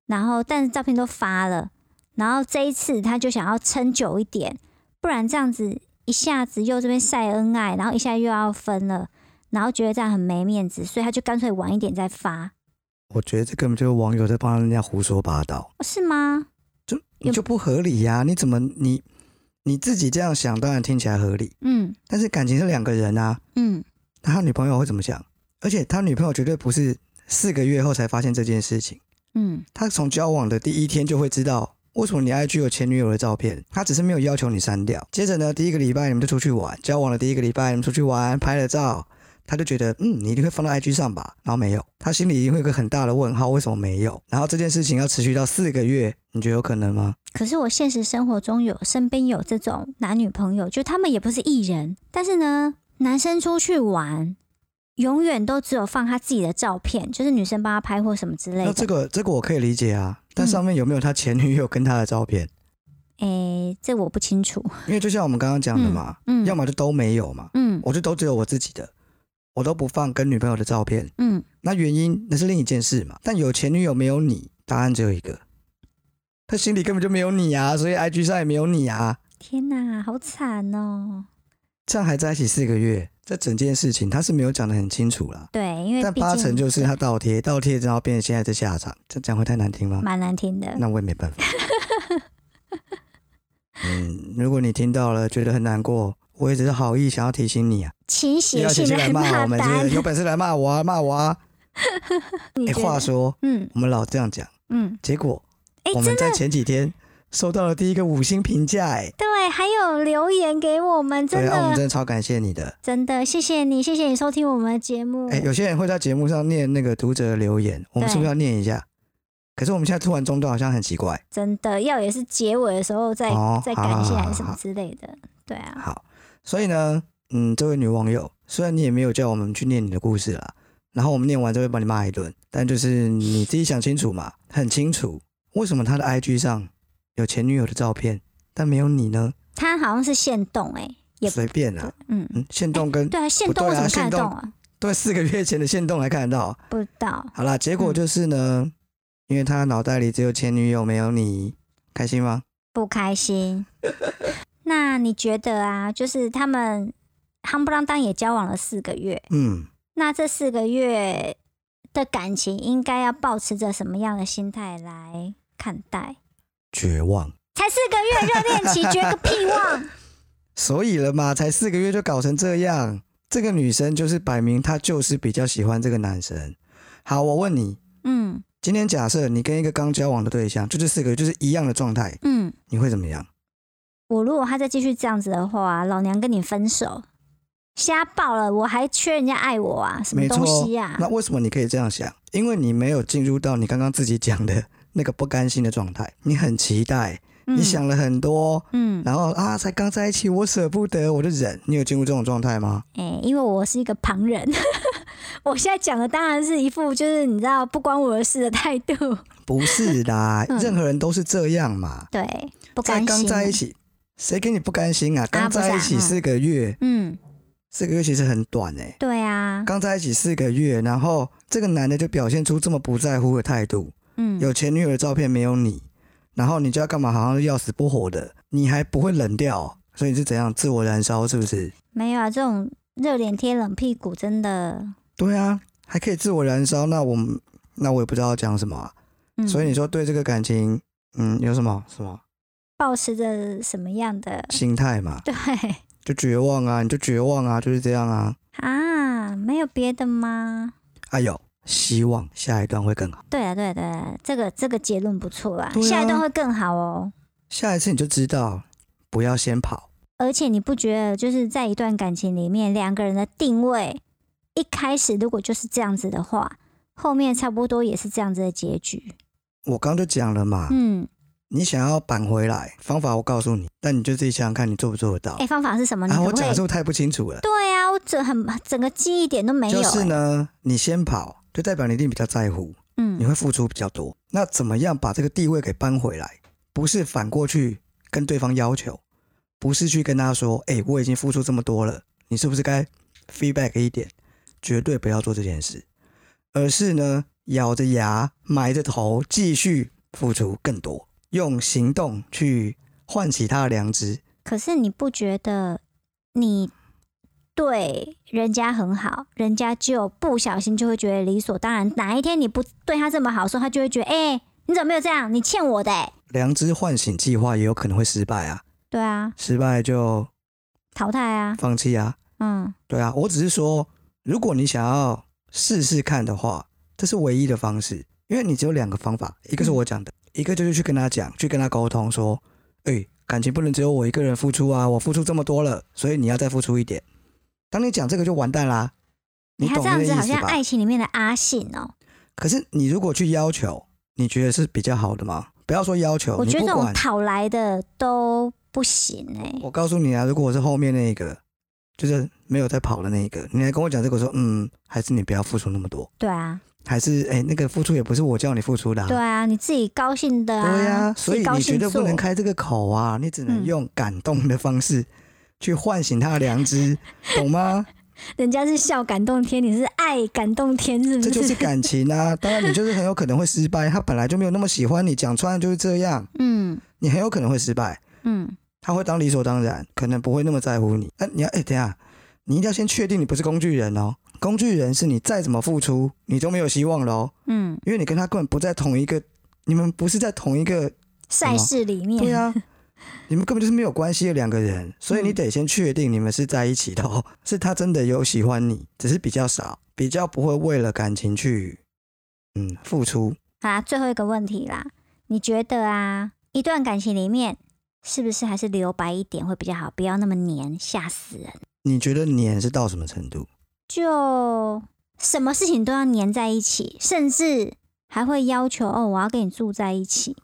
B: 然后但是照片都发了，然后这一次他就想要撑久一点，不然这样子一下子又这边晒恩爱，然后一下又要分了，然后觉得这样很没面子，所以他就干脆晚一点再发。
A: 我觉得这根本就是网友在帮人家胡说八道，
B: 哦是吗？
A: 就
B: 有
A: 就不合理呀、你怎么你你自己这样想，当然听起来合理，
B: 嗯
A: 但是感情是两个人啊，
B: 嗯，
A: 那他女朋友会怎么想？而且他女朋友绝对不是四个月后才发现这件事情，
B: 嗯，
A: 他从交往的第一天就会知道为什么你 IG 有前女友的照片，他只是没有要求你删掉。接着呢，第一个礼拜你们就出去玩，交往的第一个礼拜你们出去玩拍了照，他就觉得嗯你一定会放到 IG 上吧，然后没有，他心里一定会有个很大的问号，为什么没有？然后这件事情要持续到四个月，你觉得有可能吗？
B: 可是我现实生活中有身边有这种男女朋友，就他们也不是艺人，但是呢，男生出去玩，永远都只有放他自己的照片，就是女生帮他拍或什么之类
A: 那
B: 的。
A: 这个这个我可以理解啊，但
B: 嗯
A: 上面有没有他前女友跟他的照片？
B: 诶，这我不清楚。
A: 因为就像我们刚刚讲的嘛，
B: 嗯
A: 要么就都没有嘛，
B: 嗯
A: 我就都只有我自己的，我都不放跟女朋友的照片。
B: 嗯，
A: 那原因那是另一件事嘛。但有前女友没有你，答案只有一个，他心里根本就没有你啊，所以 IG 上也没有你啊。
B: 天哪，好惨哦。
A: 这样还在一起四个月，这整件事情他是没有讲得很清楚啦。
B: 对，因为
A: 但
B: 毕
A: 八
B: 竟
A: 成就是他倒贴，倒贴然后变成现在这下场，这讲会太难听吗？
B: 蛮难听的。
A: 那我也没办法。 嗯，如果你听到了觉得很难过，我也只是好意想要提醒你啊，
B: 勤
A: 要
B: 写
A: 写
B: 信
A: 信来骂
B: 骂
A: 我们，是不
B: 单
A: 是，有本事来骂我啊，骂我啊！
B: 你
A: 哎、
B: 觉
A: 话
B: 得
A: 说，
B: 嗯
A: 我们老这样讲，
B: 嗯，
A: 结果
B: 哎、
A: 我们
B: 真的
A: 在前几天收到了第一个五星评价、哎，
B: 对，还有留言给我们，真
A: 对啊，我们
B: 的
A: 真的超感谢你的。
B: 真的谢谢你，谢谢你收听我们的节目。
A: 哎、有些人会在节目上念那个读者的留言，我们是不是
B: 对
A: 要念一下？可是我们现在突然中断，好像很奇怪。
B: 真的要也是结尾的时候再、
A: 哦
B: 再感谢
A: 好好
B: 还是什
A: 好
B: 么
A: 好
B: 之类的，对啊，
A: 好，所以呢，嗯，这位女网友，虽然你也没有叫我们去念你的故事啦，然后我们念完之后会把你骂一顿，但就是你自己想清楚嘛，很清楚为什么他的 IG 上有前女友的照片，但没有你呢？
B: 它好像是限动哎、也
A: 随便啦，
B: 嗯，
A: 嗯，限动跟
B: 对啊，限
A: 不
B: 动我
A: 对
B: 怎
A: 啊
B: 么看
A: 限
B: 得
A: 动
B: 动啊？
A: 对四个月前的限动还看得到。
B: 不知道，
A: 好啦，结果就是呢，因为他脑袋里只有前女友，没有你，开心吗？
B: 不开心。 那你觉得啊，就是他们夯不啷当也交往了四个月，
A: 嗯，
B: 那这四个月的感情应该要保持着什么样的心态来看待？
A: 绝望。
B: 才四个月热恋期，绝个屁望！
A: 所以了嘛，才四个月就搞成这样，这个女生就是摆明她就是比较喜欢这个男生。好，我问你，
B: 嗯
A: 今天假设你跟一个刚交往的对象，就这四个月就是一样的状态，
B: 嗯，
A: 你会怎么样？
B: 我如果他再继续这样子的话，老娘跟你分手，瞎爆了，我还缺人家爱我啊？什么
A: 没
B: 东
A: 错
B: 西呀、
A: 那为什么你可以这样想？因为你没有进入到你刚刚自己讲的那个不甘心的状态，你很期待，
B: 嗯
A: 你，想了很多，
B: 嗯，
A: 然后啊，才刚在一起，我舍不得，我就忍。你有进入这种状态吗？
B: 哎、因为我是一个旁人， 我现在讲的当然是一副就是你知道不关我的事的态 度，
A: 不是啦
B: 嗯，
A: 任何人都是这样嘛。
B: 对，不
A: 在
B: 甘
A: 刚
B: 心。
A: 在一起，谁跟你不甘心啊？刚
B: 不是啊
A: 在一起
B: 嗯
A: 四个月，
B: 嗯，
A: 四个月其实很短哎、
B: 对啊，
A: 刚在一起四个月，然后这个男的就表现出这么不在乎的态度，
B: 嗯，
A: 有前女友的照片没有你，然后你就要干嘛？好像要死不活的，你还不会冷掉哦、所以你是怎样自我燃烧？是不是？
B: 没有啊？这种热脸贴冷屁股真的，
A: 对啊，还可以自我燃烧，那我们那我也不知道要讲什么啊、
B: 嗯，
A: 所以你说对这个感情，嗯，有什么什么
B: 保持着什么样的？
A: 心态嘛？
B: 对
A: 就绝望啊，你就绝望啊，就是这样啊。
B: 啊，没有别的吗？
A: 哎呦，希望下一段会更好。
B: 对啊，对啊，对啊，这个这个结论不错啦，
A: 对啊
B: 下一段会更好哦。
A: 下一次你就知道，不要先跑。
B: 而且你不觉得就是在一段感情里面，两个人的定位一开始如果就是这样子的话，后面差不多也是这样子的结局。
A: 我刚就讲了嘛，
B: 嗯，
A: 你想要扳回来，方法我告诉你，但你就自己想想看，你做不做得到。
B: 哎，方法是什么？你
A: 啊，
B: 可
A: 我
B: 不可
A: 讲
B: 以
A: 是？不是太不清楚了？
B: 对啊，我整很整个记忆点都没有、
A: 就是
B: 欸。
A: 呢，你先跑，就代表你一定比较在乎，你
B: 嗯，
A: 会付出比较多。那怎么样把这个地位给扳回来？不是反过去跟对方要求，不是去跟他说，哎、我已经付出这么多了，你是不是该 feedback 一点？绝对不要做这件事，而是呢，咬着牙，埋着头，继续付出更多，用行动去唤起他的良知。
B: 可是你不觉得你对人家很好，人家就不小心就会觉得理所当然。哪一天你不对他这么好的时候，他就会觉得，哎、你怎么没有这样？你欠我的、欸。
A: 良知唤醒计划也有可能会失败啊，
B: 对啊，
A: 失败就
B: 淘汰啊，
A: 放弃啊。
B: 嗯，
A: 对啊，我只是说，如果你想要试试看的话，这是唯一的方式，因为你只有两个方法，一个是
B: 嗯
A: 我讲的，一个就是去跟他讲，去跟他沟通说，哎、感情不能只有我一个人付出啊，我付出这么多了，所以你要再付出一点。当你讲这个就完蛋啦，
B: 你看
A: 懂
B: 哎这
A: 那个
B: 样
A: 意
B: 子好
A: 思
B: 像
A: 吧？
B: 爱情里面的阿信哦、
A: 可是你如果去要求，你觉得是比较好的吗？不要说要求，
B: 我
A: 你
B: 觉得
A: 不
B: 这种
A: 管。
B: 讨来的都不行哎、
A: 我告诉你啊，如果我是后面那一个，就是没有在跑的那一个，你来跟我讲这个，我说嗯，还是你不要付出那么多，
B: 对啊，
A: 还是哎、那个付出也不是我叫你付出的、啊，
B: 对啊，你自己高兴的啊，
A: 对呀、
B: 自己
A: 所以
B: 高
A: 你绝
B: 兴
A: 对不
B: 做
A: 能开这个口啊，你只能
B: 嗯
A: 用感动的方式去唤醒他的良知，懂 吗？
B: 人家是笑感动天，你是爱感动天，是不
A: 这
B: 是？
A: 就是感情啊，当然你就是很有可能会失败，他本来就没有那么喜欢你，讲穿了就是这样，
B: 嗯
A: 你很有可能会失败。
B: 嗯，
A: 他会当理所当然，可能不会那么在乎你。那、你要哎、等一下，你一定要先确定你不是工具人哦。工具人是你再怎么付出，你都没有希望喽，
B: 嗯，
A: 因为你跟他根本不在同一个，你们不是在同一个，
B: 赛事里面，
A: 对 啊，你们根本就是没有关系的两个人，所以你
B: 嗯
A: 得先确定你们是在一起的 哦，是他真的有喜欢你，只是比较少，比较不会为了感情去，嗯，付出。
B: 好啦，最后一个问题啦，你觉得啊，一段感情里面是不是还是留白一点会比较好，不要那么黏，吓死人。
A: 你觉得黏是到什么程度？
B: 就什么事情都要黏在一起，甚至还会要求哦，我要跟你住在一起，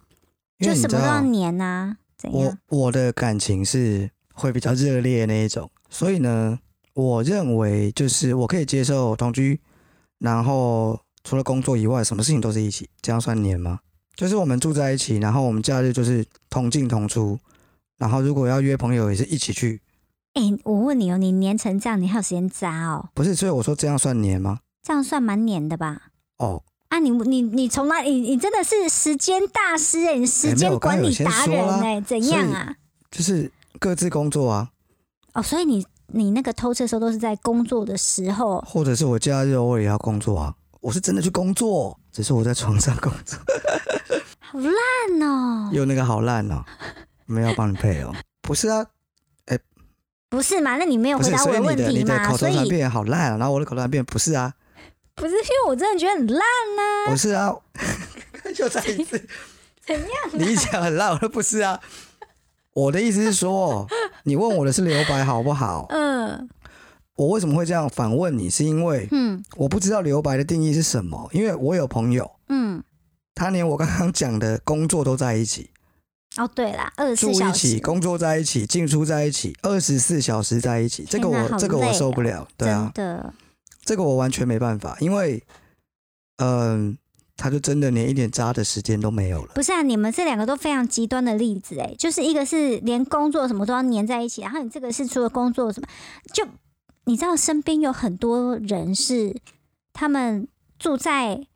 A: 因
B: 就
A: 为你
B: 什
A: 知
B: 么都要
A: 道。
B: 黏啊，怎
A: 我
B: 样？
A: 我的感情是会比较热烈那一种，所以呢，我认为就是我可以接受同居，然后除了工作以外，什么事情都是一起，这样算黏吗？就是我们住在一起，然后我们假日就是同进同出，然后如果要约朋友也是一起去，
B: 哎、我问你哦，你黏成这样，你还有时间渣哦？
A: 不是？所以我说这样算黏吗？
B: 这样算蛮黏的吧？
A: 哦，
B: 啊你，你你从哪里？你真的是时间大师哎、你时
A: 没有
B: 间
A: 我刚
B: 管
A: 有
B: 理
A: 先
B: 达
A: 说
B: 人
A: 啦
B: 哎、怎样
A: 所以
B: 啊？
A: 就是各自工作啊，
B: 哦，所以你你那个偷吃的时候都是在工作的时候，
A: 或者是我假日偶尔也要工作啊，我是真的去工作，只是我在床上工作。
B: 好烂哦、
A: 又那个好烂哦、没有帮你配哦、不是啊，
B: 不是嘛？那你没有
A: 不
B: 回
A: 是，
B: 答我
A: 所以你
B: 问
A: 的你
B: 题
A: 的
B: 嘛？
A: 口
B: 所
A: 头
B: 以
A: 禅变好烂、啊，然后我的口头禅变不是啊，
B: 不是因为我真的觉得很烂呐、
A: 不是啊， 又再一 次，
B: 怎样、啊？
A: 你一讲很烂，我说不是啊。我的意思是说，你问我的是留白好不好？
B: 嗯
A: 我为什么会这样反问你？是因为
B: 嗯
A: 我不知道留白的定义是什么，因为我有朋友，
B: 嗯，
A: 他连我刚刚讲的工作都在一起，
B: 哦对啦，二十
A: 住
B: 四小
A: 一起，
B: 时，
A: 工作在一起，进出在一起，二十四小时在一起，这个
B: 天哪好
A: 我这个我
B: 累
A: 受不
B: 哦
A: 了，对啊
B: 真，的，
A: 这个我完全没办法，因为，嗯、他就真的连一点渣的时间都没有了。
B: 不是啊？你们这两个都非常极端的例子、哎，就是一个是连工作什么都要粘在一起，然后你这个是除了工作什么，就你知道身边有很多人是他们住在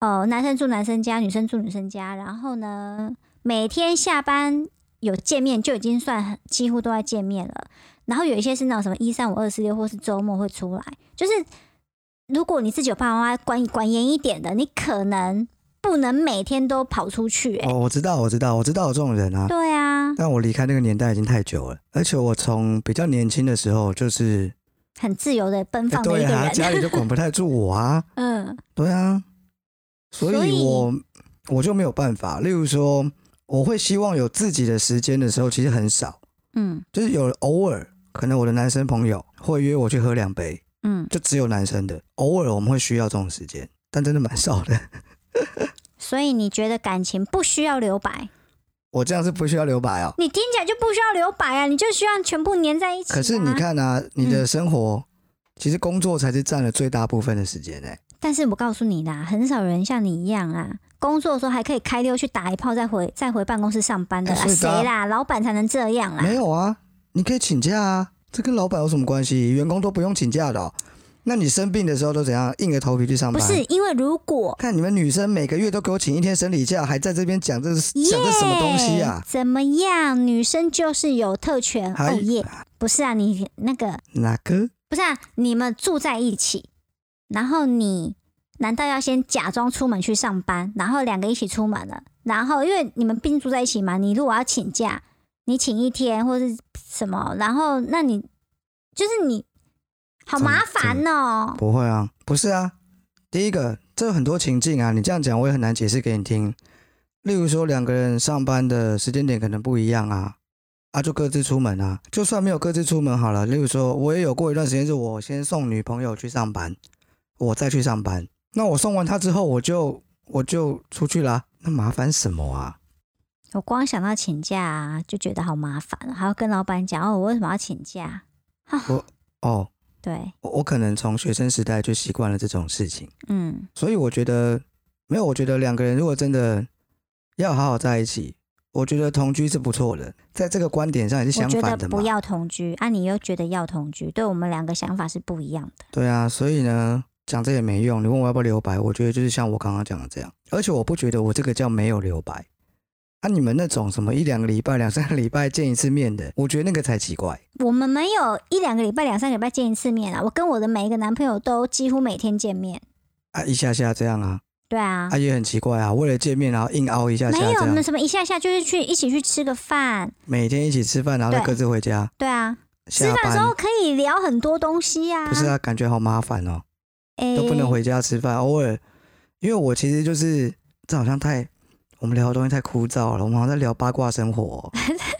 B: 呃男生住男生家，女生住女生家，然后呢每天下班有见面就已经算很几乎都在见面了，然后有一些是那种什么一三五二四六，或是周末会出来，就是。如果你自己有爸爸妈妈管管严一点的，你可能不能每天都跑出去、欸。
A: 哦，我知道，我知道，我知道有这种人啊。
B: 对啊，
A: 但我离开那个年代已经太久了，而且我从比较年轻的时候就是，
B: 很自由的奔
A: 哎
B: 放的一
A: 对
B: 个人。
A: 啊，家里就管不太住我 啊，
B: 嗯
A: 对啊，所
B: 所
A: 以
B: 以
A: 我我就没有办法。例如说，我会希望有自己的时间的时候，其实很少，
B: 嗯
A: 就是有偶尔可能我的男生朋友会约我去喝两杯，
B: 嗯，
A: 就只有男生的，偶尔我们会需要这种时间，但真的蛮少的。
B: 所以你觉得感情不需要留白？
A: 我这样是不需要留白哦。
B: 你听起来就不需要留白啊，你就需要全部粘在一起、啊。嗯
A: 可是你，看啊，你的生活、其实工作才是占了最大部分的时间诶、欸
B: 但是我告诉你啦，很少人像你一样啊，工作的时候还可以开溜去打一炮，再回再回办公室上班的啦，
A: 哎所以
B: 谁、
A: 大家
B: 啦？老板才能这样啦
A: 没。有啊，你可以请假啊，这跟老板有什么关系？员工都不用请假的、哦。那你生病的时候都怎样？硬着头皮去上
B: 不
A: 班？
B: 是因为如果
A: 看你们女生每个月都给我请一天生理假，还在这边讲这是
B: 耶，
A: 讲这什么东西啊？哎
B: 怎么样？女生就是有特权
A: 还
B: 哦耶！不是啊，你那个
A: 哪个？
B: 不是啊，你们住在一起，然后你难道要先假装出门去上班，然后两个一起出门了，然后因为你们毕竟住在一起嘛，你如果要请假，你请一天或是什么，然后那你就是你好
A: 怎么
B: 麻
A: 怎么
B: 烦哦、
A: 不会啊，不是啊。第一个，这有很多情境啊，你这样讲我也很难解释给你听。例如说，两个人上班的时间点可能不一样啊，啊，就各自出门啊。就算没有各自出门好了，例如说，我也有过一段时间是我先送女朋友去上班，我再去上班。那我送完她之后，我就我就出去啦，那麻烦什么啊？
B: 我光想到请假、啊、就觉得好麻烦哦，还要跟老板讲哦，我为什么要请假？
A: 哦，
B: 对，
A: 我我可能从学生时代就习惯了这种事情。
B: 嗯，
A: 所以我觉得没有，我觉得两个人如果真的要好好在一起，我觉得同居是不错的，在这个观点上也是
B: 我
A: 相
B: 觉
A: 反
B: 得
A: 的嘛
B: 不。要同居，啊，你又觉得要同居，对我们两个想法是不一样的。
A: 对啊，所以呢，讲这也没用。你问我要不要留白，我觉得就是像我刚刚讲的这样，而且我不觉得我这个叫没有留白。啊，你们那种什么一两个礼拜、两三个礼拜见一次面的，我觉得那个才奇怪。
B: 我们没有一两个礼拜、两三个礼拜见一次面啊，我跟我的每一个男朋友都几乎每天见面。
A: 啊，一下下这样啊，
B: 对啊，
A: 啊也很奇怪啊，为了见面然后硬凹一下下
B: 没有
A: 哎这
B: 我们
A: 样，
B: 什么一下下就是去一起去吃个饭。
A: 每天一起吃饭，然后再
B: 对
A: 各自回家，
B: 对啊，吃
A: 下
B: 饭的时候
A: 班
B: 可以聊很多东西呀、
A: 不是啊，感觉好麻烦哦。
B: 诶，
A: 都不能回家吃饭，偶尔，因为我其实就是这好像太我们聊的东西太枯燥了，我们好像在聊八卦生活哦、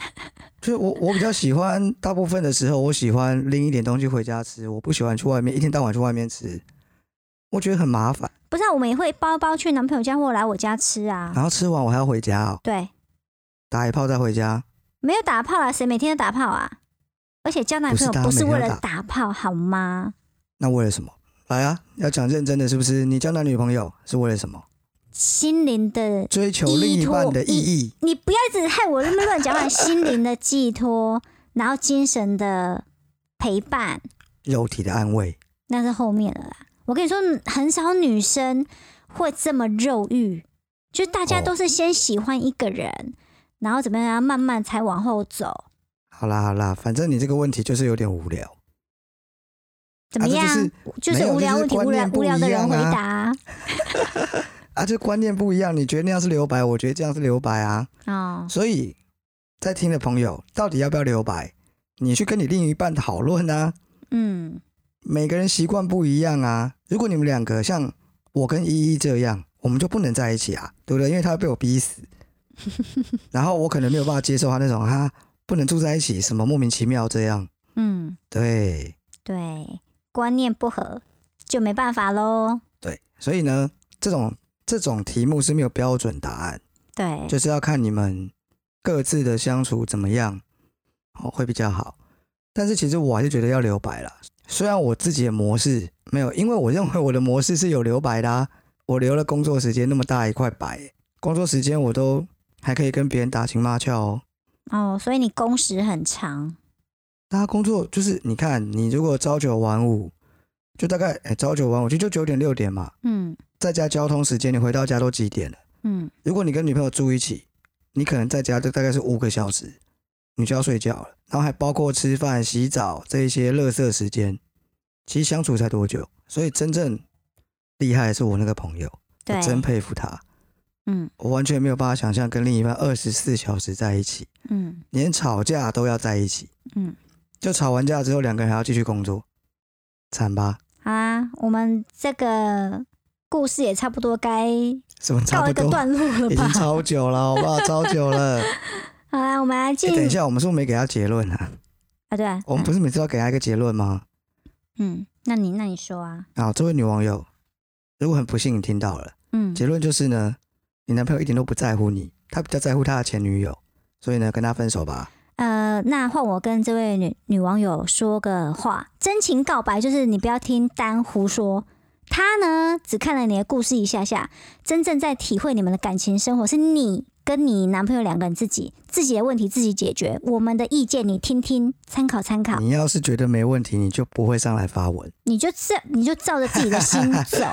A: 就是我我比较喜欢，大部分的时候我喜欢拎一点东西回家吃，我不喜欢去外面一天到晚去外面吃，我觉得很麻烦。
B: 不是、啊，我们也会包包去男朋友家或来我家吃啊。
A: 然后吃完我还要回家哦，
B: 对，
A: 打一炮再回家，
B: 没有打炮啊，谁每天都打炮啊？而且交男朋
A: 不
B: 友
A: 是大家
B: 不是为
A: 每天
B: 了
A: 都
B: 打炮好吗？
A: 那为了什么？来啊，要讲认真的，是不是？你交男女朋友是为了什么？
B: 心灵的，
A: 追求另一半的
B: 嗯
A: 意义。
B: 你不要一直害我那么乱讲话。心灵的寄托，然后精神的陪伴，
A: 肉体的安慰，
B: 那是后面了啦。我跟你说，很少女生会这么肉欲，就大家
A: 哦
B: 都是先喜欢一个人，然后怎么样，然后慢慢才往后走，
A: 好啦好啦，反正你这个问题就是有点无聊。
B: 怎么样？
A: 啊这就是没有
B: 无聊
A: 就是
B: 问题，无
A: 观
B: 聊
A: 念不
B: 无聊的人
A: 一样
B: 回
A: 啊
B: 答啊。
A: 啊，这观念不一样，你觉得那样是留白，我觉得这样是留白啊。
B: 哦
A: 所以在听的朋友，到底要不要留白？你去跟你另一半讨论啊。
B: 嗯，
A: 每个人习惯不一样啊。如果你们两个像我跟依依这样，我们就不能在一起啊，对不对？因为她会被我逼死，然后我可能没有办法接受她那种哈不能住在一起，什么莫名其妙这样。
B: 嗯，
A: 对
B: 对，观念不合就没办法喽。
A: 对，所以呢，这种这种题目是没有标准答案。
B: 对，
A: 就是要看你们各自的相处怎么样，哦，会比较好。但是其实我还是觉得要留白啦，虽然我自己的模式没有，因为我认为我的模式是有留白的、啊，我留了工作时间那么大一块白，工作时间我都还可以跟别人打情骂俏哦。
B: 哦，所以你工时很长，
A: 大家工作就是你看，你如果朝九晚五，就大概、哎朝九晚五就就九点六点嘛，
B: 嗯
A: 再加交通时间，你回到家都几点了？
B: 嗯，
A: 如果你跟女朋友住一起，你可能在家就大概是五个小时，你就要睡觉了，然后还包括吃饭、洗澡这一些垃圾时间，其实相处才多久？所以真正厉害的是我那个朋友，
B: 对
A: 我，啊真佩服他，
B: 嗯
A: 我完全没有办法想象跟另一半二十四小时在一起，
B: 嗯
A: 连吵架都要在一起，
B: 嗯，
A: 就吵完架之后两个人还要继续工作，惨吧？
B: 好啦，我们这个故事也差不多该
A: 什么差
B: 告
A: 不
B: 一个
A: 多？
B: 段落了
A: 已经
B: 吧？
A: 超久了，好不好？超久 了。
B: 好啦，我们来
A: 哎
B: 进、
A: 等一下，我们是不是没给他结论啊？
B: 啊，对啊，
A: 我们不是每次都要给他一个结论吗？
B: 嗯，那你那你说啊，
A: 啊，这位女网友，如果很不幸你听到了，
B: 嗯，
A: 结论就是呢，你男朋友一点都不在乎你，他比较在乎他的前女友，所以呢，跟他分手吧。
B: 呃，那换我跟这位女女网友说个话，真情告白就是你不要听丹胡说，他呢只看了你的故事一下下，真正在体会你们的感情生活是你跟你男朋友两个人自己自己的问题自己解决，我们的意见你听听参考参考，
A: 你要是觉得没问题，你就不会上来发文。
B: 你就照你就照着自己的心走，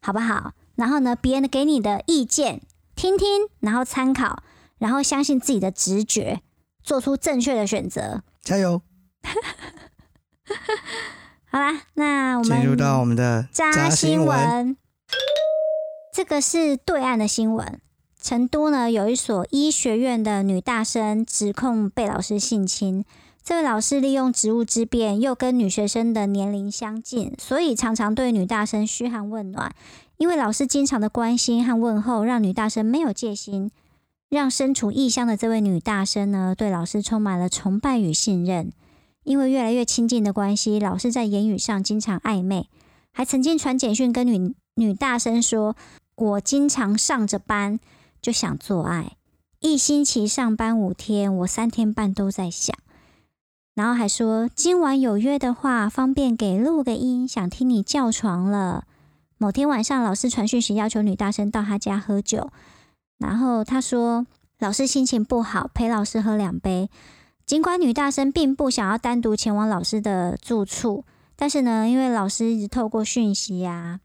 B: 好不好？然后呢，别人给你的意见听听，然后参考，然后相信自己的直觉，做出正确的选择。
A: 加油！
B: 好好啦，那我们
A: 进入到我们的
B: 扎新
A: 闻，
B: 闻，这个是对岸的新闻。成都呢有一所医学院的女大生指控被老师性侵，这位老师利用职务之便，又跟女学生的年龄相近，所以常常对女大生嘘寒问暖。因为老师经常的关心和问候，让女大生没有戒心，让身处异乡的这位女大生呢，对老师充满了崇拜与信任。因为越来越亲近的关系，老师在言语上经常暧昧，还曾经传简讯跟女女大生说：“我经常上着班就想做爱，一星期上班五天，我三天半都在想。”然后还说：“今晚有约的话，方便给录个音，想听你叫床了。”某天晚上，老师传讯息要求女大生到他家喝酒，然后他说老师心情不好，陪老师喝两杯。尽管女大生并不想要单独前往老师的住处，但是呢，因为老师一直透过讯息啊，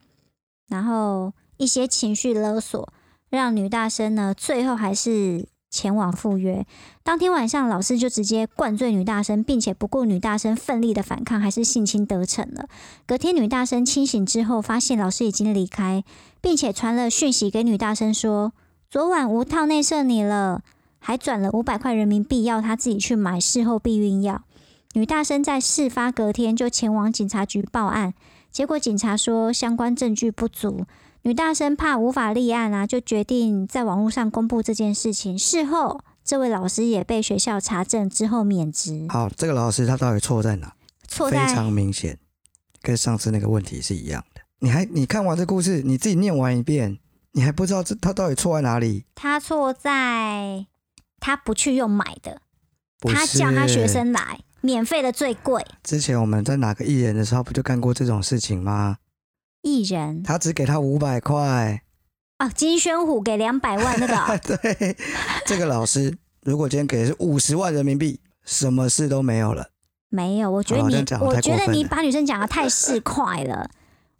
B: 然后一些情绪勒索，让女大生呢最后还是前往赴约。当天晚上，老师就直接灌醉女大生，并且不顾女大生奋力的反抗，还是性侵得逞了。隔天，女大生清醒之后，发现老师已经离开，并且传了讯息给女大生说：“昨晚无套内射你了。”还转了五百块人民币要她自己去买事后避孕药。女大生在事发隔天就前往警察局报案，结果警察说相关证据不足。女大生怕无法立案啊，就决定在网络上公布这件事情。事后，这位老师也被学校查证之后免职。
A: 好，这个老师他到底错在哪？
B: 错
A: 非
B: 在
A: 常明显，跟上次那个问题是一样的。你还你看完这故事，你自己念完一遍，你还不知道这他到底错在哪里？
B: 他错在他不去用买的，
A: 不
B: 他
A: 是
B: 叫他学生来，免费的最贵。
A: 之前我们在哪个艺人的时候不就干过这种事情吗？
B: 艺人
A: 他只给他五百块。 啊
B: 哦，金宣虎给两百万那个哦、
A: 对，这个老师如果今天给的是五十万人民币，什么事都没有了。
B: 没有，我觉得
A: 好这
B: 你
A: 样讲，得
B: 我
A: 太
B: 觉
A: 过
B: 得
A: 分
B: 你
A: 了
B: 把女生讲的太市侩了。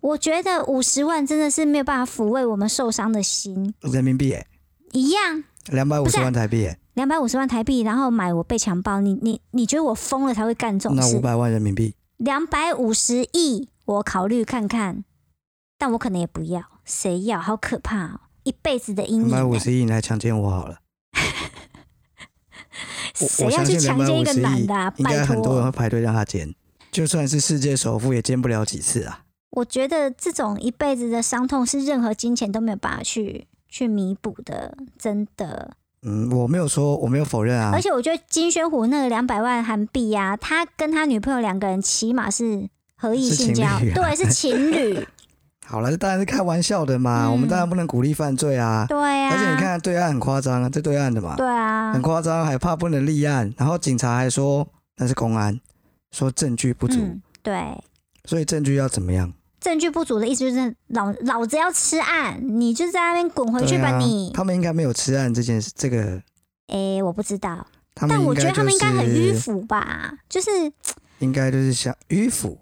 B: 我觉得五十万真的是没有办法抚慰我们受伤的心，
A: 人民币耶，
B: 一样
A: 两百五
B: 不是
A: 十
B: 啊
A: 万台币耶，
B: 两百五十万台币，然后买我被强暴，你你你觉得我疯了才会干这种
A: 那五
B: 事？
A: 百万人民币，
B: 两百五十亿，我考虑看看，但我可能也不要，谁要？好可怕、哦，一辈子的阴
A: 两
B: 影、
A: 百五
B: 欸。
A: 十亿，你来强奸我好了。我
B: 谁
A: 我
B: 要
A: 相
B: 去
A: 信
B: 强奸一个
A: 250
B: 男的、啊？
A: 应
B: 拜
A: 该很多人
B: 托，
A: 会排队让他煎，就算是世界首富也煎不了几次啊。
B: 我觉得这种一辈子的伤痛是任何金钱都没有办法去去弥补的，真的。
A: 嗯，我没有说，我没有否认啊
B: 而。且我觉得金宣虎那个两百万韩币呀、他跟他女朋友两个人起码是合意
A: 是
B: 性
A: 情
B: 交，
A: 侣啊
B: 对，是 情侣，
A: 好了，这当然是开玩笑的嘛，
B: 嗯
A: 我们当然不能鼓励犯罪啊。
B: 对呀、
A: 而且你看对岸很夸张啊，这对岸的嘛，
B: 对啊
A: 很，夸张，还怕不能立案，然后警察还说那是公安，说证据不足，
B: 嗯，对。
A: 所以证据要怎么样？
B: 证据不足的意思就是老老子要吃案，你就在那边滚回去
A: 对
B: 吧
A: 啊
B: 你。
A: 他们应该没有吃案这件事，这个
B: 诶，我不知道，
A: 他们
B: 但我
A: 应
B: 觉得
A: 该就
B: 他们应该很迂
A: 是
B: 腐吧，就是
A: 应该就是想迂腐，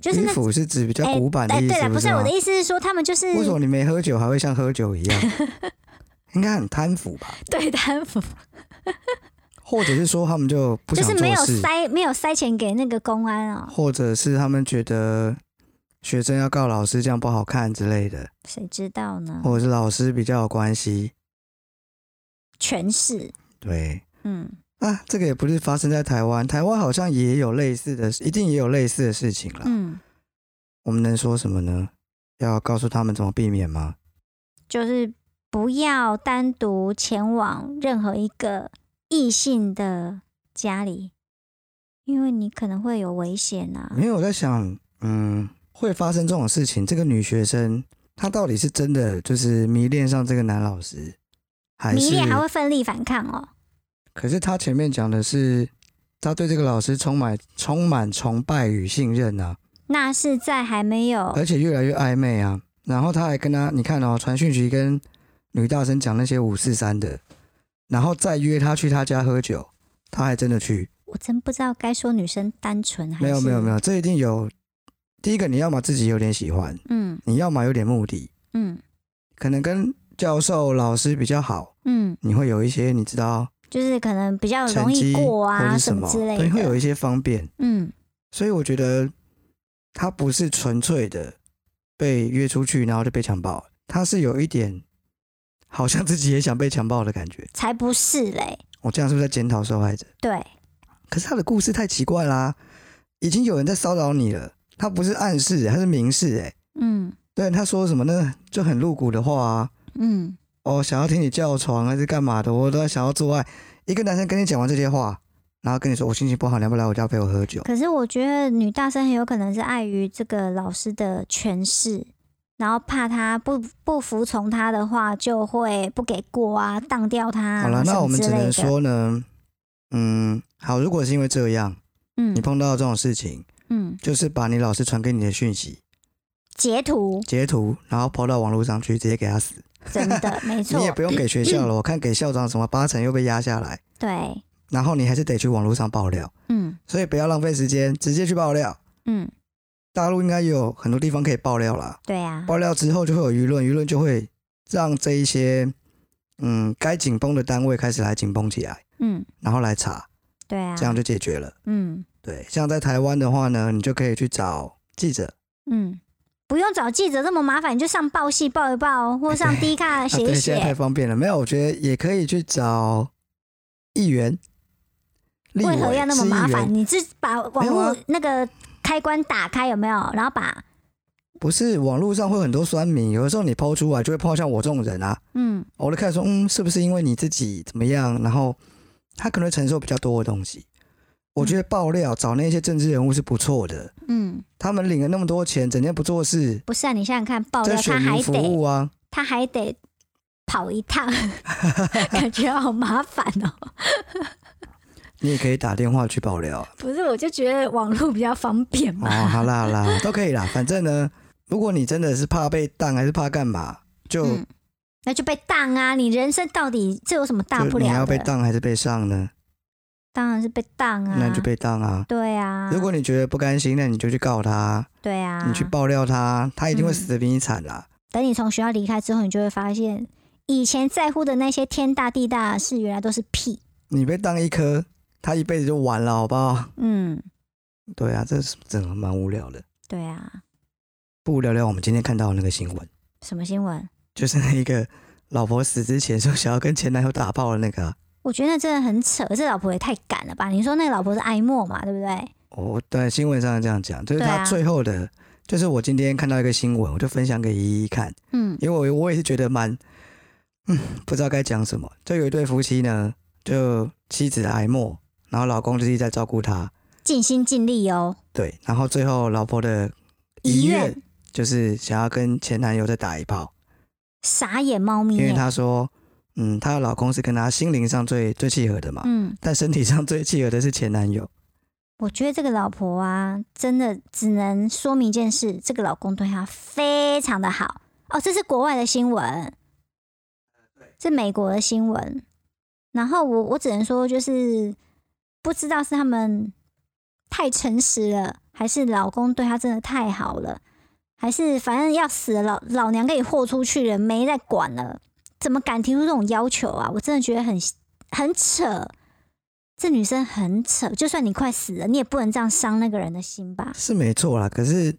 B: 就是那
A: 迂腐是指比较
B: 哎
A: 古板的
B: 哎
A: 意思，
B: 对了，不是
A: 吗
B: 我的意思是说他们就是
A: 为什么你没喝酒还会像喝酒一 样？应该很贪腐吧，
B: 对贪腐，
A: 或者是说他们就 不
B: 就
A: 想
B: 是
A: 做
B: 没有
A: 事，
B: 塞没有塞钱给那个公安哦，
A: 或者是他们觉得学生要告老师这样不好看之类的，
B: 谁知道呢？
A: 或者是老师比较有关系。
B: 全是，
A: 对
B: 嗯，
A: 啊，这个也不是发生在台湾，台湾好像也有类似的，一定也有类似的事情啦。
B: 嗯，
A: 我们能说什么呢？要告诉他们怎么避免吗？
B: 就是不要单独前往任何一个异性的家里，因为你可能会有危险啊。
A: 因为我在想，嗯，会发生这种事情，这个女学生她到底是真的就是迷恋上这个男老师，还
B: 迷
A: 是？
B: 恋还会奋力反抗哦。
A: 可是她前面讲的是，她对这个老师充满充满崇拜与信任啊，
B: 那是在还没有
A: 而且越来越暧昧啊。然后她还跟他，你看哦，传讯息跟女大生讲那些五四三的，然后再约她去她家喝酒，她还真的去。
B: 我真不知道该说女生单纯还是
A: 没有没有没
B: 有，
A: 有，这一定有。第一个，你要么自己有点喜欢，
B: 嗯
A: 你要么有点目的，
B: 嗯
A: 可能跟教授、老师比较好，
B: 嗯，
A: 你会有一些你知道
B: 就是可能比较
A: 成
B: 哦容易
A: 绩
B: 过
A: 或
B: 啊
A: 是什
B: 么之类
A: 对，会有
B: 的，
A: 一些方便。
B: 嗯
A: 所以我觉得他不是纯粹的被约出去，然后就被强暴，他是有一点 好像自己也想被强暴的感觉。
B: 才不是嘞。
A: 我这样是不是在检讨受害者？
B: 对，
A: 可是他的故事太奇怪啦、已经有人在骚扰你了，他不是暗示、他是明示、欸，
B: 嗯
A: 对，他说什么呢？就很露骨的话啊，
B: 嗯，
A: 哦，想要听你叫床还是干嘛的，我都想要做爱。一个男生跟你讲完这些话，然后跟你说我心情不好，你要不要来我家陪我喝酒？
B: 可是我觉得女大生很有可能是碍于这个老师的权势，然后怕他不不服从他的话，就会不给过啊，当掉他、啊。
A: 好了，
B: 什
A: 那
B: 么
A: 我们
B: 之
A: 只
B: 类
A: 能
B: 的，
A: 说呢，嗯，好，如果是因为这样，你
B: 嗯
A: 碰到这种事情，
B: 嗯，
A: 就是把你老师传给你的讯息
B: 截图，
A: 截图，然后抛到网络上去，直接给他死。
B: 真的没 错
A: 你，也不用给学校了， 我看给校长什么八成又被压下来，
B: 对，
A: 然后你还是得去网络上爆料，
B: 嗯
A: 所以不要浪费时间，直接去爆料。
B: 嗯，
A: 大陆应该也有很多地方可以爆料啦，
B: 对啊，
A: 爆料之后就会有舆论，舆论就会让这一些嗯该紧绷的单位开始来紧绷起来，
B: 嗯
A: 然后来查，
B: 对啊，
A: 这样就解决了。
B: 嗯
A: 对，像在台湾的话呢，你就可以去找记者，
B: 嗯。不用找记者这么麻烦，你就上报系报一报，或上 D 卡
A: 啊，
B: 写一
A: 对，现在太
B: 写。
A: 方便了。没有，我觉得也可以去找议员、立委、
B: 为何要那么
A: 市议
B: 麻
A: 员
B: 烦？你自把网
A: 没有啊
B: 络那个开关打开有没有？然后把
A: 不是网络上会很多酸民，有的时候你抛出来就会抛像我这种人啊，
B: 嗯
A: 我就开始说，嗯，是不是因为你自己怎么样？然后他可能会承受比较多的东西。我觉得爆料找那些政治人物是不错的，
B: 嗯，
A: 他们领了那么多钱，整天不做事，
B: 不是啊，你想想看，爆
A: 在
B: 料他
A: 选
B: 还
A: 民服
B: 得
A: 务啊，
B: 他还得跑一趟， 感觉好麻烦 哦。
A: 你也可以打电话去爆料啊。
B: 不是，我就觉得网络比较方便
A: 哦，
B: 嘛。
A: 好啦好啦，都可以啦。反正呢，如果你真的是怕被当还是怕干嘛，哦就、
B: 嗯，那就被当啊！你人生到底这有什么大
A: 就
B: 不
A: 你还
B: 了
A: 要被
B: 的？
A: 当还是被上呢？
B: 当然是被当啊！
A: 那你就被当啊。
B: 对啊，
A: 如果你觉得不甘心，那你就去告他啊。
B: 对啊，
A: 你去爆料他，他一定会
B: 嗯
A: 死的比你惨啦。
B: 等你从学校离开之后，你就会发现，以前在乎的那些天大地大的事，原来都是屁。
A: 你被当一颗，他一辈子就完了，好不好？
B: 嗯，
A: 对啊，这是真的蛮无聊的。
B: 对啊。
A: 不如聊聊我们今天看到的那个新闻，
B: 什么新闻？
A: 就是那一个老婆死之前说想要跟前男友打炮的那个啊、
B: 我觉得那真的很扯，这老婆也太敢了吧！你说那个老婆是哀莫嘛，对不对？
A: 哦，对，新闻上是这样讲，就是
B: 对啊
A: 他最后的，就是我今天看到一个新闻，我就分享给依依看，
B: 嗯
A: 因为我我也是觉得蛮，嗯，不知道该讲什么。就有一对夫妻呢，就妻子癌末，然后老公就一直在照顾她，
B: 尽心尽力哦。
A: 对，然后最后老婆的遗愿就是想要跟前男友再打一炮，
B: 傻眼猫咪
A: 因为
B: 耶，
A: 她说，嗯，她的老公是跟她心灵上最最契合的嘛，
B: 嗯，
A: 但身体上最契合的是前男友。
B: 我觉得这个老婆啊，真的只能说明一件事：这个老公对她非常的好哦。这是国外的新闻，是美国的新闻。然后我我只能说，就是不知道是他们太诚实了，还是老公对她真的太好了，还是反正要死了老老娘给你豁出去了，没再管了，怎么敢提出这种要求啊？我真的觉得很很扯。这女生很扯，就算你快死了，你也不能这样伤那个人的心吧？
A: 是没错啦，可是，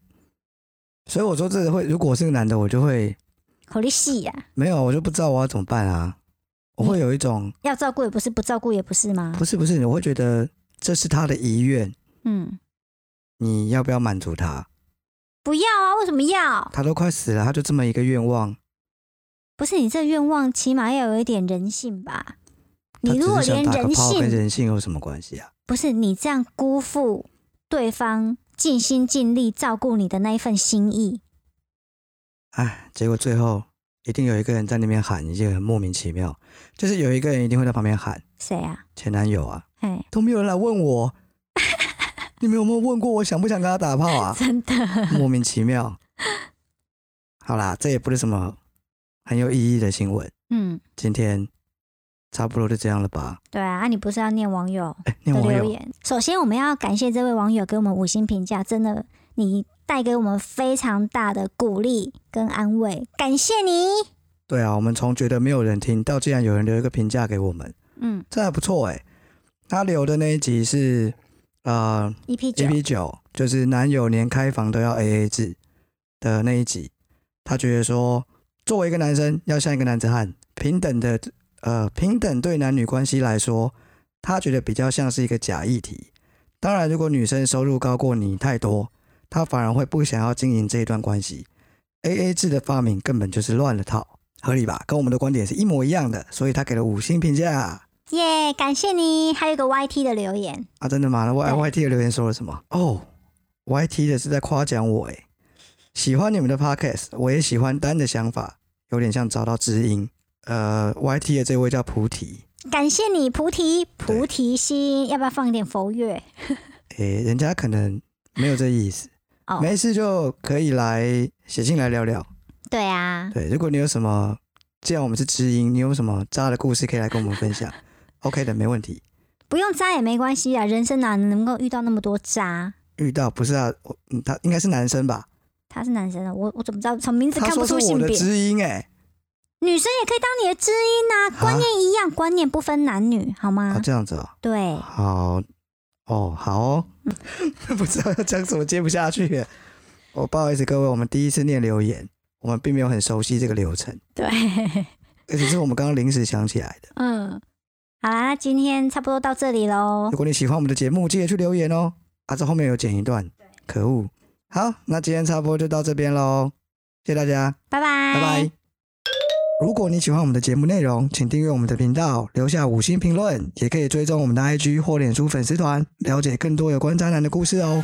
A: 所以我说这个会，如果我是个男的，我就会
B: 口力细呀，
A: 没有，我就不知道我要怎么办啊。我会有一种
B: 要照顾也不是，不照顾也不是吗？
A: 不是不是，我会觉得这是他的遗愿，
B: 嗯，
A: 你要不要满足他？
B: 不要啊，为什么要？
A: 他都快死了，他就这么一个愿望，
B: 不是你这愿望，起码要有一点人性吧？
A: 他
B: 你
A: 只
B: 如果
A: 是想
B: 连
A: 打个
B: 人
A: 炮跟
B: 性
A: 人性有什么关系啊？
B: 不是你这样辜负对方尽心尽力照顾你的那一份心意，
A: 哎，结果最后一定有一个人在那边喊，一些很莫名其妙，就是有一个人一定会在旁边喊
B: 谁啊？
A: 前男友啊，
B: 哎，
A: 都没有人来问我， 你们有没有问过我想不想跟他打炮啊？
B: 真的，
A: 莫名其妙。好啦，这也不是什么很有意义的新闻，
B: 嗯，
A: 今天差不多就这样了吧？
B: 对啊，啊你不是要念网友？
A: 哎、念
B: 的
A: 网
B: 留
A: 友，
B: 言。首先，我们要感谢这位网友给我们五星评价，真的，你带给我们非常大的鼓励跟安慰，感谢你。
A: 对啊，我们从觉得没有人听到，竟然有人留一个评价给我们，
B: 嗯
A: 这还不错哎、他留的那一集是呃
B: ，EP 九，
A: EP 九，就是男友连开房都要 A A 制的那一集，她觉得说，作为一个男生要像一个男子汉，平等的呃平等对男女关系来说，她觉得比较像是一个假议题。当然，如果女生收入高过你太多，她反而会不想要经营这一段关系。A A 制的发明根本就是乱了套，合理吧？跟我们的观点是一模一样的，所以她给了五星评价。
B: 耶、感谢你！还有一个 YT 的留言，
A: 啊，真的吗？那 Y
B: 对
A: Y T 的留言说了什么？哦，Y T 的是在夸奖我诶，喜欢你们的 Podcast，我也喜欢丹的想法，有点像找到知音。呃，Y T 的这位叫菩提，
B: 感谢你菩提菩提心，要不要放一点佛乐？
A: 诶，欸人家可能没有这意思，
B: 哦，
A: 没事就可以来写信来聊聊。
B: 对啊，
A: 对，如果你有什么，既然我们是知音，你有什么渣的故事可以来跟我们分 享，OK 的，没问题。
B: 不用渣也没关系啊，人生哪能够遇到那么多渣？
A: 遇到不是啊，我嗯他应该是男生吧？
B: 他是男生的，我我怎么知道？从名字
A: 他
B: 看不
A: 说是
B: 出性
A: 我的
B: 别。
A: 知音欸诶，
B: 女生也可以当你的知音呐、
A: 啊
B: 观念一样，观念不分男女，好吗？
A: 哦这样子哦。
B: 对，
A: 好，哦，好哦， 不知道要讲什么，接不下去耶。我、不好意思各位，我们第一次念留言，我们并没有很熟悉这个流程，
B: 对，
A: 而且是我们刚刚临时想起来的。
B: 嗯，好啦，那今天差不多到这里喽
A: 如。果你喜欢我们的节目，记得去留言哦。啊，这后面有剪一段，可恶。好，那今天差不多就到这边喽，谢谢大家，
B: 拜拜，
A: 拜拜。如果你喜欢我们的节目内容，请订阅我们的频道，留下五星评论，也可以追踪我们的 IG 或脸书粉丝团，了解更多有关渣男的故事哦。